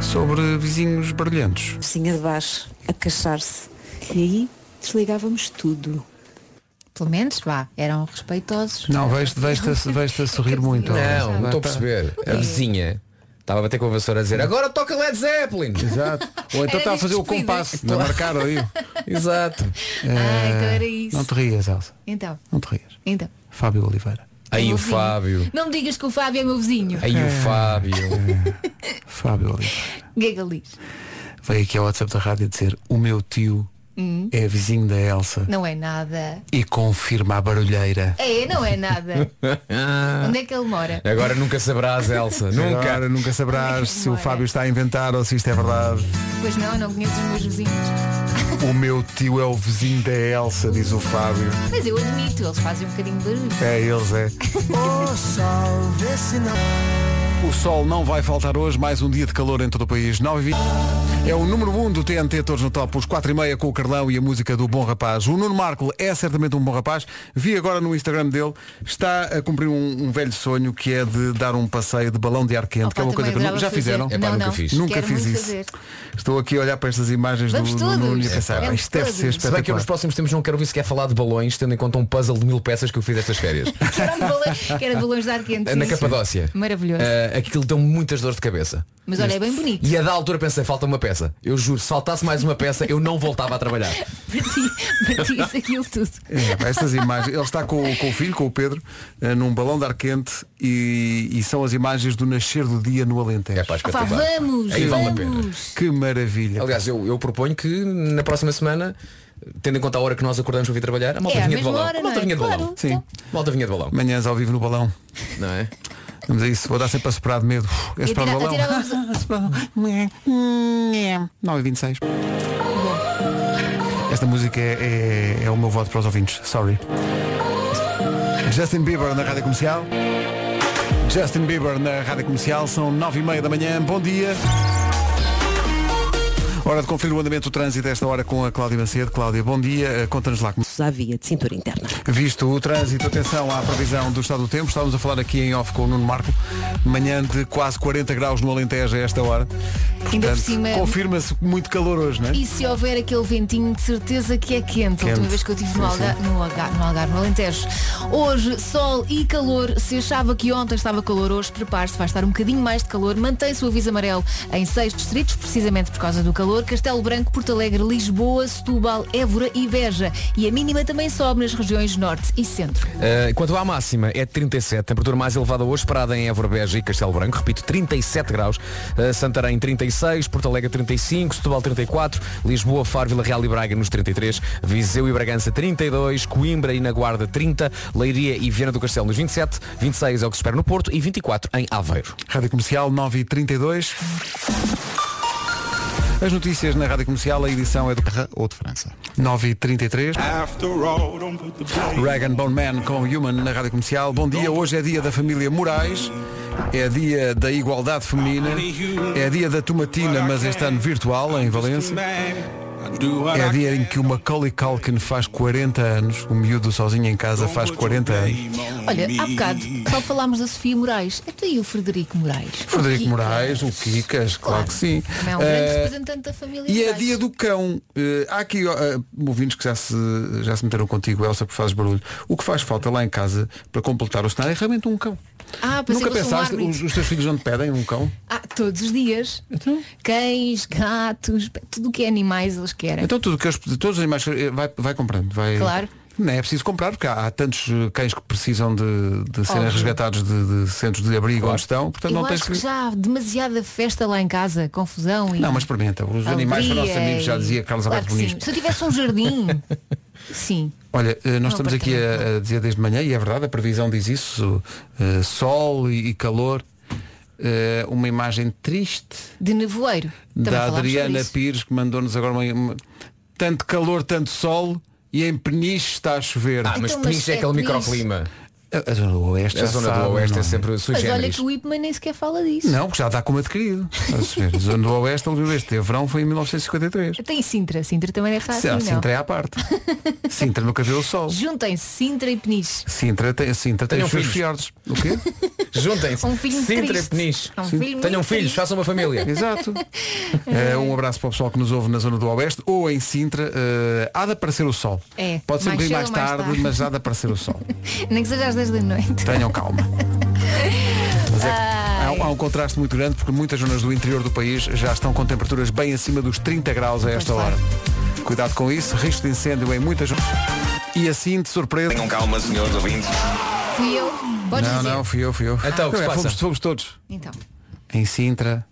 S2: Sobre vizinhos barulhentos.
S7: Vizinha de baixo, a queixar-se. E aí desligávamos tudo.
S4: Pelo menos, vá, eram respeitosos.
S2: Não, vejo-te vejo vejo a sorrir muito.
S16: Não, não estou a perceber. A vizinha estava a bater com a vassoura a dizer agora toca Led Zeppelin.
S2: Exato. Ou
S16: Era
S2: então está a fazer o
S16: despedida.
S2: compasso, na marcar aí.
S16: Exato.
S4: Ah, então era isso.
S2: Não te rias, Elsa.
S4: Então,
S2: Não te rias.
S4: então.
S2: Fábio Oliveira.
S16: Aí
S4: meu
S16: o
S4: vizinho.
S16: Fábio.
S4: Não me digas que o Fábio é meu vizinho.
S16: Aí o Fábio.
S2: Fábio Oliveira.
S4: Gagalis.
S2: Veio aqui ao WhatsApp da rádio dizer o meu tio
S4: Hum.
S2: é vizinho da Elsa
S4: Não é nada.
S2: e confirma a barulheira.
S4: É, não é nada. Onde é que ele mora?
S16: Agora nunca sabrás, Elsa. nunca.
S2: Agora nunca sabrás se o Fábio está a inventar ou se isto é verdade.
S4: Pois não, não conheço os meus vizinhos.
S2: O meu tio é o vizinho da Elsa, diz o Fábio.
S4: Mas eu admito, eles fazem um bocadinho de barulho.
S2: É, eles é. O sol não vai faltar hoje, mais um dia de calor em todo o país. 9 e... É o número 1 um do TNT, todos no top, os 4 e meia com o Carlão e a música do Bom Rapaz. O Nuno Marco é certamente um bom rapaz. Vi agora no Instagram dele, está a cumprir um, um velho sonho que é de dar um passeio de balão de ar quente, que é uma
S4: também
S2: coisa que nu-
S4: adorava
S2: já
S4: fazer.
S2: fizeram.
S4: Epá, Não, nunca não. fiz.
S2: Nunca
S4: Quero
S2: fiz
S4: muito
S2: isso.
S4: fazer.
S2: Estou aqui a olhar para estas imagens
S4: Vamos
S2: do, do Nuno e a
S4: todos.
S2: pensar,
S4: Vamos
S2: "Pá, isto deve
S4: todos."
S16: Se bem
S2: ser
S16: que eu
S2: espetacular.
S16: nos próximos tempos não quero ouvir sequer falar de balões, tendo em conta um puzzle de mil peças que eu fiz estas férias.
S4: Que era, um balão, que era balões de ar quente.
S16: Na
S4: sim.
S16: Capadócia.
S4: Maravilhoso.
S16: Ah, aquilo deu muitas dores de cabeça.
S4: Mas olha, é bem bonito.
S16: E a da altura pensei, falta uma peça. Eu juro, se faltasse mais uma peça, eu não voltava a trabalhar.
S4: Bati, bati isso aquilo tudo.
S2: É, pá, estas imagens, ele está com, o- com o filho, com o Pedro, eh, num balão de ar quente e, e são as imagens do nascer do dia no Alentejo. É pá,
S4: Opa, vamos,
S16: Aí vale a pena.
S4: vamos.
S2: Que maravilha.
S16: Aliás, eu, eu proponho que na próxima semana, tendo em conta a hora que nós acordamos para vir trabalhar, a malta
S4: É, à
S16: vinha de
S4: mesma
S16: balão.
S4: hora,
S16: a malta
S4: não é?
S16: vinha de
S4: Claro,
S16: balão.
S2: Sim.
S16: Malta vinha de balão.
S2: Manhãs ao vivo no balão.
S16: Não é?
S2: Vamos a isso, vou dar sempre a soprar de medo. Uf, É
S4: E
S2: soprar no
S4: atira-
S2: balão.
S4: atirávamos-
S2: 9 e 26. Esta música é, é, é o meu voto para os ouvintes. Sorry. Justin Bieber na Rádio Comercial. Justin Bieber na Rádio Comercial. São 9 e meia da manhã. Bom dia. Hora de conferir o andamento do trânsito a esta hora com a Cláudia Macedo. Cláudia, bom dia. Eh, Conta-nos lá como...
S10: acessos à via de cintura interna.
S2: Visto o trânsito, atenção à previsão do estado do tempo. Estávamos a falar aqui em off com o Nuno Marco. Manhã de quase 40 graus no Alentejo a esta hora.
S4: Ainda por
S2: Portanto,
S4: cima-
S2: Confirma-se muito calor hoje, não é?
S4: E se houver aquele ventinho, de certeza que é quente. A última
S2: Quente.
S4: vez que eu estive no,
S2: Sim,
S4: Alga, no, Alga, no Algarve, no Alentejo. Hoje, sol e calor. Se achava que ontem estava calor, hoje prepare-se, vai estar um bocadinho mais de calor. Mantém-se o aviso amarelo em seis distritos, precisamente por causa do calor. Castelo Branco, Porto Alegre, Lisboa, Setúbal, Évora e Beja. E a mínima também sobe nas regiões norte e centro.
S16: Uh, quanto à máxima, é 37. Temperatura mais elevada hoje esperada em Évora Beja e Castelo Branco. Repito, 37 graus. Uh, Santarém 36, Porto Alegre 35, Setúbal 34, Lisboa, Faro, Vila Real e Braga nos 33, Viseu e Bragança 32, Coimbra e na Guarda 30, Leiria e Viana do Castelo nos 27, 26 é o que se espera no Porto e 24 em Aveiro.
S2: Rádio Comercial 9 e 32. As notícias na Rádio Comercial, a edição é do Terra ou de França. 9 e 33. Dragon Bone Man com Human na Rádio Comercial. Bom dia, hoje é dia da família Moraes, é dia da igualdade feminina, é dia da tomatina, mas este ano virtual em Valença. É dia em que o Macaulay Culkin faz 40 anos, o miúdo sozinho em casa faz 40 anos.
S4: Olha, há bocado
S16: Ah,
S4: só falámos da Sofia Moraes. Até e o Frederico Moraes.
S2: Frederico Moraes, o Kikas, claro que sim.
S4: Também é um grande
S2: Eh,
S4: representante da família.
S2: E é
S4: Moraes.
S2: dia do cão. Eh, há aqui eh, ouvintes que já se, já se meteram contigo, Elsa, porque fazes barulho. O que faz falta lá em casa para completar o cenário é realmente um cão.
S4: Ah, pensei que
S2: Nunca
S4: fosse um
S2: pensaste,
S4: árbitro.
S2: os, os teus filhos não te pedem um cão?
S4: Ah, todos os dias.
S2: Então?
S4: Cães, gatos, tudo o que é animais eles querem.
S2: Então tudo que eles- todos os animais eh, vai, vai comprando. Vai...
S4: Claro.
S2: Não é preciso comprar, porque há, há tantos eh, cães que precisam de, de serem
S4: Óbvio.
S2: resgatados de, de centros de abrigo onde estão. Portanto,
S4: Eu
S2: não tens
S4: acho que
S2: que.
S4: já há demasiada festa lá em casa, confusão e.
S2: Não, mas experimenta. Os animais são nossos
S4: alegria
S2: amigos, já
S4: e-
S2: dizia Carlos
S4: é- claro
S2: Alberto
S4: que
S2: Muniz.
S4: sim. Se eu tivesse um jardim, sim.
S2: Olha, eh,
S4: Não,
S2: nós estamos aqui a, a dizer desde manhã, e é verdade, a previsão diz isso, eh, sol e, e calor, Eh, uma imagem triste
S4: De nevoeiro. Também
S2: da
S4: falámos sobre
S2: Adriana
S4: isso.
S2: Pires, que mandou-nos agora uma, uma- tanto calor, tanto sol, e em Peniche está a chover.
S16: Ah, mas Então, mas Peniche é é aquele Peniche. microclima.
S2: A, a zona do Oeste,
S16: A
S2: já
S16: zona do
S2: sabe,
S16: Oeste
S2: não
S16: é sempre sui
S4: Mas olha que o Ipman nem sequer fala disso.
S2: Não, que já está como adquirido. Estás a ver? A zona do Oeste, ele viu este teve verão, foi em 1953.
S4: Tem Sintra, Sintra também deve estar assim,
S2: Sim,
S4: não.
S2: Sintra é à parte. Sintra nunca viu o sol.
S4: Juntem-se Sintra e Peniche.
S2: Sintra tem, Sintra tem
S16: Tenham
S2: os seus
S16: filhos.
S2: fiordes. O quê?
S16: Juntem-se.
S4: Um filho
S16: Sintra e
S4: triste.
S16: Peniche.
S4: É um
S16: Sim.
S4: filho
S16: Tenham
S4: muito
S16: filhos,
S4: triste.
S16: façam uma família.
S2: Exato.
S4: É.
S2: Eh, um abraço para o pessoal que nos ouve na zona do Oeste ou em Sintra. Eh, há de aparecer o sol.
S4: É,
S2: Pode ser um
S4: mais
S2: bocadinho mais
S4: cedo ou mais
S2: tarde,
S4: tarde.
S2: mas há de aparecer o sol.
S4: Nem que seja às 10 da noite.
S2: Tenham calma. Mas é que há, um- há um contraste muito grande porque muitas zonas do interior do país já estão com temperaturas bem acima dos 30 graus a esta hora. Cuidado com isso, risco de incêndio em muitas zonas. E assim, de surpresa.
S8: Tenham calma, senhores ouvintes.
S4: Fui eu. Podes
S2: não,
S4: dizer.
S2: não, fui eu, fui eu.
S4: Então, o que
S2: Não,
S4: se
S2: é,
S4: passa?
S2: fomos, fomos todos.
S4: Então.
S2: Em Sintra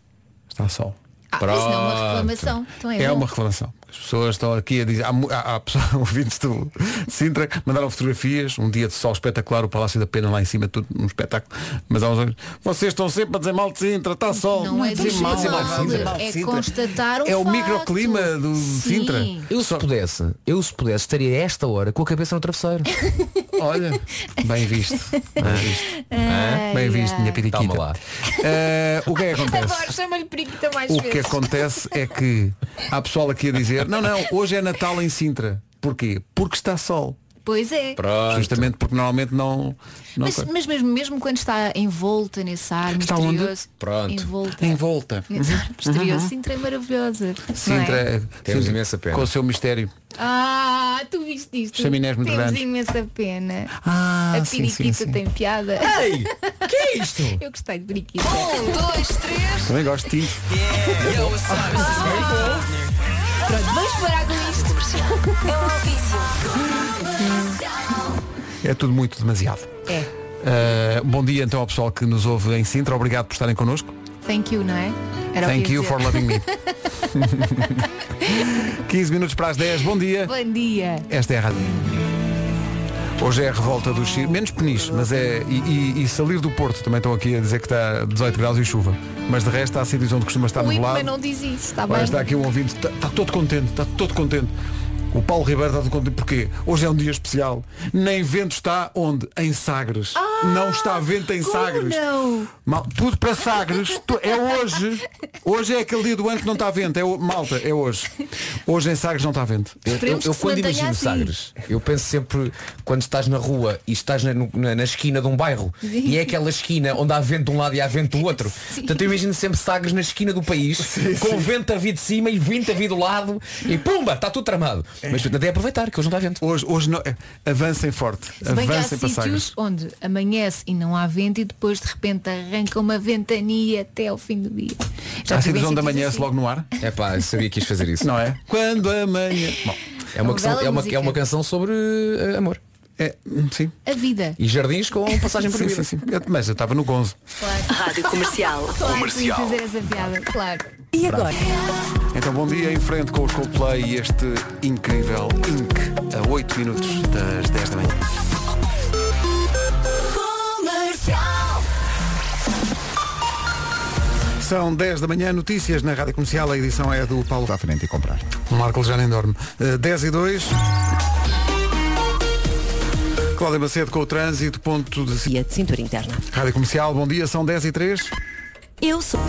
S2: está sol.
S4: Ah, isso não é uma reclamação. Então é,
S2: É
S4: bom.
S2: uma reclamação. As pessoas estão aqui a dizer. Há, mu- há, há pessoas, ouvintes do de Sintra que mandaram fotografias, um dia de sol espetacular, o Palácio da Pena lá em cima, tudo um espetáculo. Mas há uns anos, vocês estão sempre a dizer mal de Sintra, está sol.
S4: Não é
S2: dizem mal,
S4: dizer
S2: dizem mal de
S4: mal,
S2: Sintra. mal de
S4: é
S2: Sintra.
S4: constatar um
S2: É o
S4: facto.
S2: microclima do Sintra.
S16: Eu se pudesse, eu se pudesse, estaria a esta hora com a cabeça no travesseiro.
S2: Olha, bem visto. Bem visto. Bem visto, minha periquita. Eh, o que é que acontece?
S4: Agora chama-lhe periquita mais
S2: O que
S4: vezes.
S2: acontece é que há pessoal aqui a dizer, não, não, hoje é Natal em Sintra. Porquê? Porque está sol.
S4: Pois é.
S2: Justamente porque normalmente não. não
S4: Mas, mas mesmo, mesmo quando está envolta nesse ar
S2: Está onde?
S4: misterioso. Envolta.
S2: Em volta.
S4: Nesse ar misterioso.
S2: Uhum.
S4: Sintra é maravilhosa. não é?
S2: Sintra,
S16: Temos
S2: Sintra,
S16: imensa pena.
S2: Com o seu mistério.
S4: Ah, tu viste isto.
S2: Chaminés muito
S4: Temos
S2: grandes.
S4: imensa pena.
S2: Ah,
S4: a
S2: sim,
S4: periquita
S2: sim, sim.
S4: tem piada.
S2: Ei, que é isto?
S4: Eu gostei de periquita.
S17: Um, dois, três.
S2: Também gosto de tinto.
S4: Pronto, vamos parar com isto.
S17: É um ofício.
S2: É tudo muito demasiado.
S4: É.
S2: Eh, bom dia então ao pessoal que nos ouve em Sintra. Obrigado por estarem connosco.
S4: Thank you, não é? Era o que
S2: Thank
S4: ia
S2: you
S4: dizer.
S2: for loving me. 15 minutos para as 10. Bom dia.
S4: Bom dia.
S2: Esta é a rádio. Hoje é a revolta dos Chile, menos Peniche, mas é. E, e- e salir do Porto também estão aqui a dizer que está 18 graus e chuva. Mas de resto há sítios onde costuma estar
S4: o
S2: Tá nublado.
S4: Ipman não diz isso, está
S2: Olha,
S4: bem?
S2: está aqui um ouvinte, está, está todo contente, está todo contente. O Paulo Ribeiro dá-te conta de porquê. Hoje é um dia especial. Nem vento está onde? Em Sagres. não
S4: Ah,
S2: está vento em Sagres. Mal- tudo para Sagres. Tu- é hoje. Hoje é aquele dia do ano que não está vento. É, o- malta, é hoje. Hoje em Sagres não está vento.
S16: Eu, eu- eu quando imagino Sagres, eu penso sempre quando estás na rua e estás na, no- na- na esquina de um bairro
S2: Sim.
S16: e é aquela esquina onde há vento de um lado e há vento do outro. Portanto eu imagino sempre Sagres na esquina do país, com vento a vir de cima e vento a vir do lado e pumba, está tudo tramado. Mas até aproveitar que hoje não está vento.
S2: Hoje, hoje não, é, avancem forte.
S4: Se bem que há
S2: avancem para
S4: sítios
S2: Sagres.
S4: onde amanhece e não há vento e depois de repente arranca uma ventania até ao fim do dia.
S2: há
S4: tive
S2: sítios
S4: em
S2: onde amanhece logo no ar.
S16: É pá, sabia que ias fazer isso.
S2: Não é? Quando amanhã. Bom,
S16: É uma,
S4: Uma
S16: canção,
S4: bela
S16: é, uma,
S4: música.
S16: é uma canção sobre eh, amor.
S2: É, sim.
S4: A vida.
S16: E jardins com passagem
S2: Sim,
S16: proibida.
S2: sim, sim. Eu- mas eu estava no Gonzo.
S4: Rádio comercial. Claro, comercial. fazer essa piada, claro.
S2: E agora? Então bom dia em frente com os Coldplay e este incrível Inc. A 8 minutos das 10 da manhã. São 10 da manhã, notícias na Rádio Comercial, a edição é do Paulo. Está à frente e comprar. O Marco já nem dorme. Eh, 10 e 2. Cláudia Macedo com o trânsito, ponto de...
S10: Dia de cintura interna.
S2: Rádio Comercial, bom dia, são 10 e 3.
S10: Eu sou.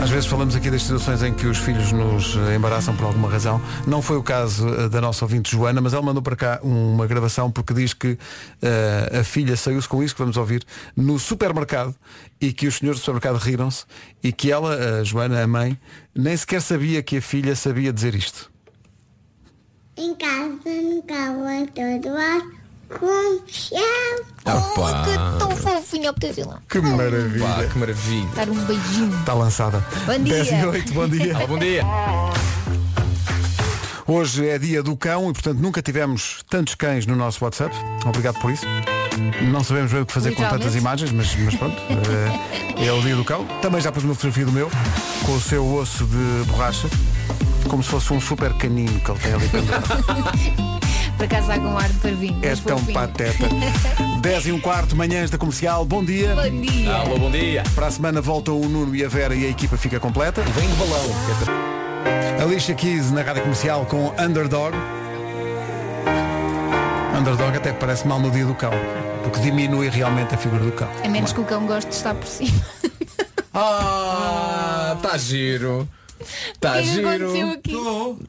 S2: Às vezes falamos aqui das situações em que os filhos nos eh, embaraçam por alguma razão. Não foi o caso eh, da nossa ouvinte Joana, mas ela mandou para cá uma gravação porque diz que eh, a filha saiu-se com isso que vamos ouvir no supermercado e que os senhores do supermercado riram-se e que ela, a Joana, a mãe, nem sequer sabia que a filha sabia dizer isto.
S8: Em casa nunca vou todo ar com chão.
S2: Opa!
S4: Tão fofinho para ver lá.
S2: Que maravilha!
S16: que maravilha!
S4: Dar um beijinho.
S2: Está lançada.
S4: Bom dia.
S2: 10 e 8, bom dia.
S4: Olá, bom dia.
S2: Hoje é dia do cão e, portanto, nunca tivemos tantos cães no nosso WhatsApp. Obrigado por isso. Não sabemos bem o que fazer com
S18: Literalmente.
S2: tantas imagens, mas, mas pronto. eh, é o dia do cão. Também já pus uma fotografia do meu, com o seu osso de borracha, como se fosse um super canino que ele tem ali pendurado.
S4: Por acaso há com ar de parvinho.
S2: É
S4: mas
S2: tão
S4: fofinho.
S2: pateta. 10 e um quarto, manhãs da comercial. Bom dia.
S4: Bom dia.
S16: Alô, bom dia.
S2: Para a semana voltam o Nuno e a Vera e a equipa fica completa.
S16: E vem de balão.
S2: Alicia Keys na rádio comercial com Underdog. Underdog até que parece mal no dia do cão, porque diminui realmente a figura do cão.
S4: A É menos que o cão goste de estar por cima.
S16: Ah, está giro.
S4: O que
S16: Está
S4: é que
S16: giro.
S4: aconteceu aqui?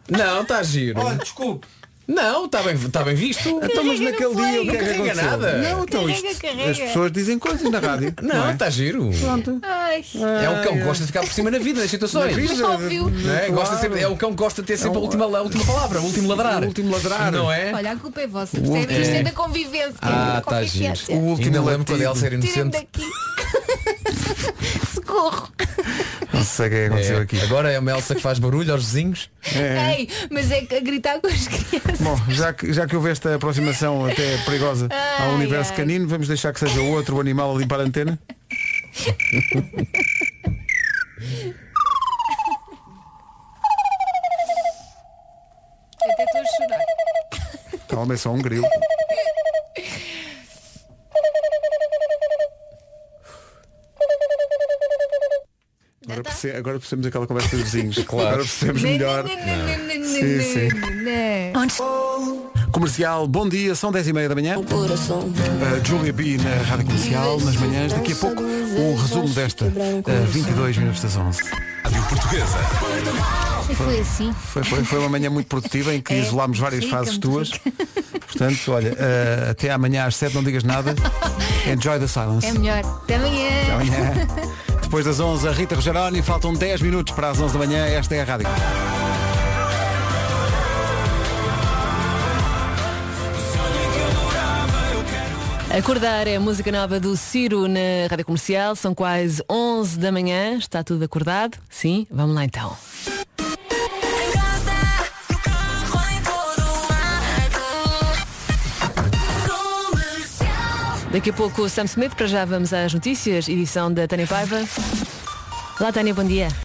S16: Não, está giro.
S4: Olha,
S2: desculpe.
S16: Não, está bem, tá bem visto.
S2: Então, mas naquele dia o que é que
S16: carrega
S2: aconteceu?
S16: nada.
S2: Não, então
S4: carrega,
S2: isto,
S4: carrega.
S2: as pessoas dizem coisas na rádio.
S16: Não, está giro.
S2: Pronto.
S4: Ai.
S16: É um cão que gosta de ficar por cima na vida, nas situações.
S4: Na vida, Mas óbvio.
S16: Não é? Gosta
S4: claro.
S16: sempre, é um cão que gosta de ter sempre
S2: É
S16: a,
S2: um-
S16: última, a última palavra, o último ladrar.
S2: O último ladrar.
S16: Não é?
S4: Olha, a culpa é vossa.
S16: O
S4: Percebe?
S16: último-
S4: Isto é
S16: É.
S4: da convivência.
S16: Ah,
S4: da
S2: tá,
S16: está giro.
S4: convivência.
S16: Ainda me lembro quando ela era
S4: Tirem-me
S16: inocente.
S4: daqui. Socorro.
S2: Não sei o que é que aconteceu aqui.
S16: Agora é uma Elsa que faz barulho aos vizinhos.
S4: Ei, mas é que a gritar com as crianças.
S2: Bom, já que, já que houve esta aproximação até perigosa ao
S4: Ai,
S2: universo
S4: ai.
S2: canino, vamos deixar que seja o outro animal a limpar a antena?
S4: Até estou a chorar.
S2: Calma, é só um grilo. Agora, perce- agora percebemos aquela conversa dos vizinhos.
S16: Claro.
S2: Agora percebemos melhor. Sim, sim. Comercial, bom dia, são 10 e meia da manhã. A Julia B na Rádio Comercial, nas manhãs. Daqui a pouco, o resumo desta. eh, a 22 minutos das 11. Rádio Portuguesa.
S4: Foi assim.
S2: Foi, foi, foi uma manhã muito produtiva em
S4: É.
S2: que isolámos várias
S4: Rica,
S2: fases
S4: muito
S2: tuas. Portanto, olha, eh, até amanhã às 7 não digas nada. Enjoy the silence.
S4: É melhor. Até amanhã.
S2: Até amanhã. Depois das 11, a Rita Rogeroni. Faltam 10 minutos para as 11 da manhã. Esta é a rádio.
S10: Acordar é a música nova do Ciro na Rádio Comercial. São quase 11 da manhã. Está tudo acordado? Sim? Vamos lá então. Daqui a pouco o Sam Smith. Para já vamos às notícias. Edição da Tânia Paiva. Olá Tânia, bom dia.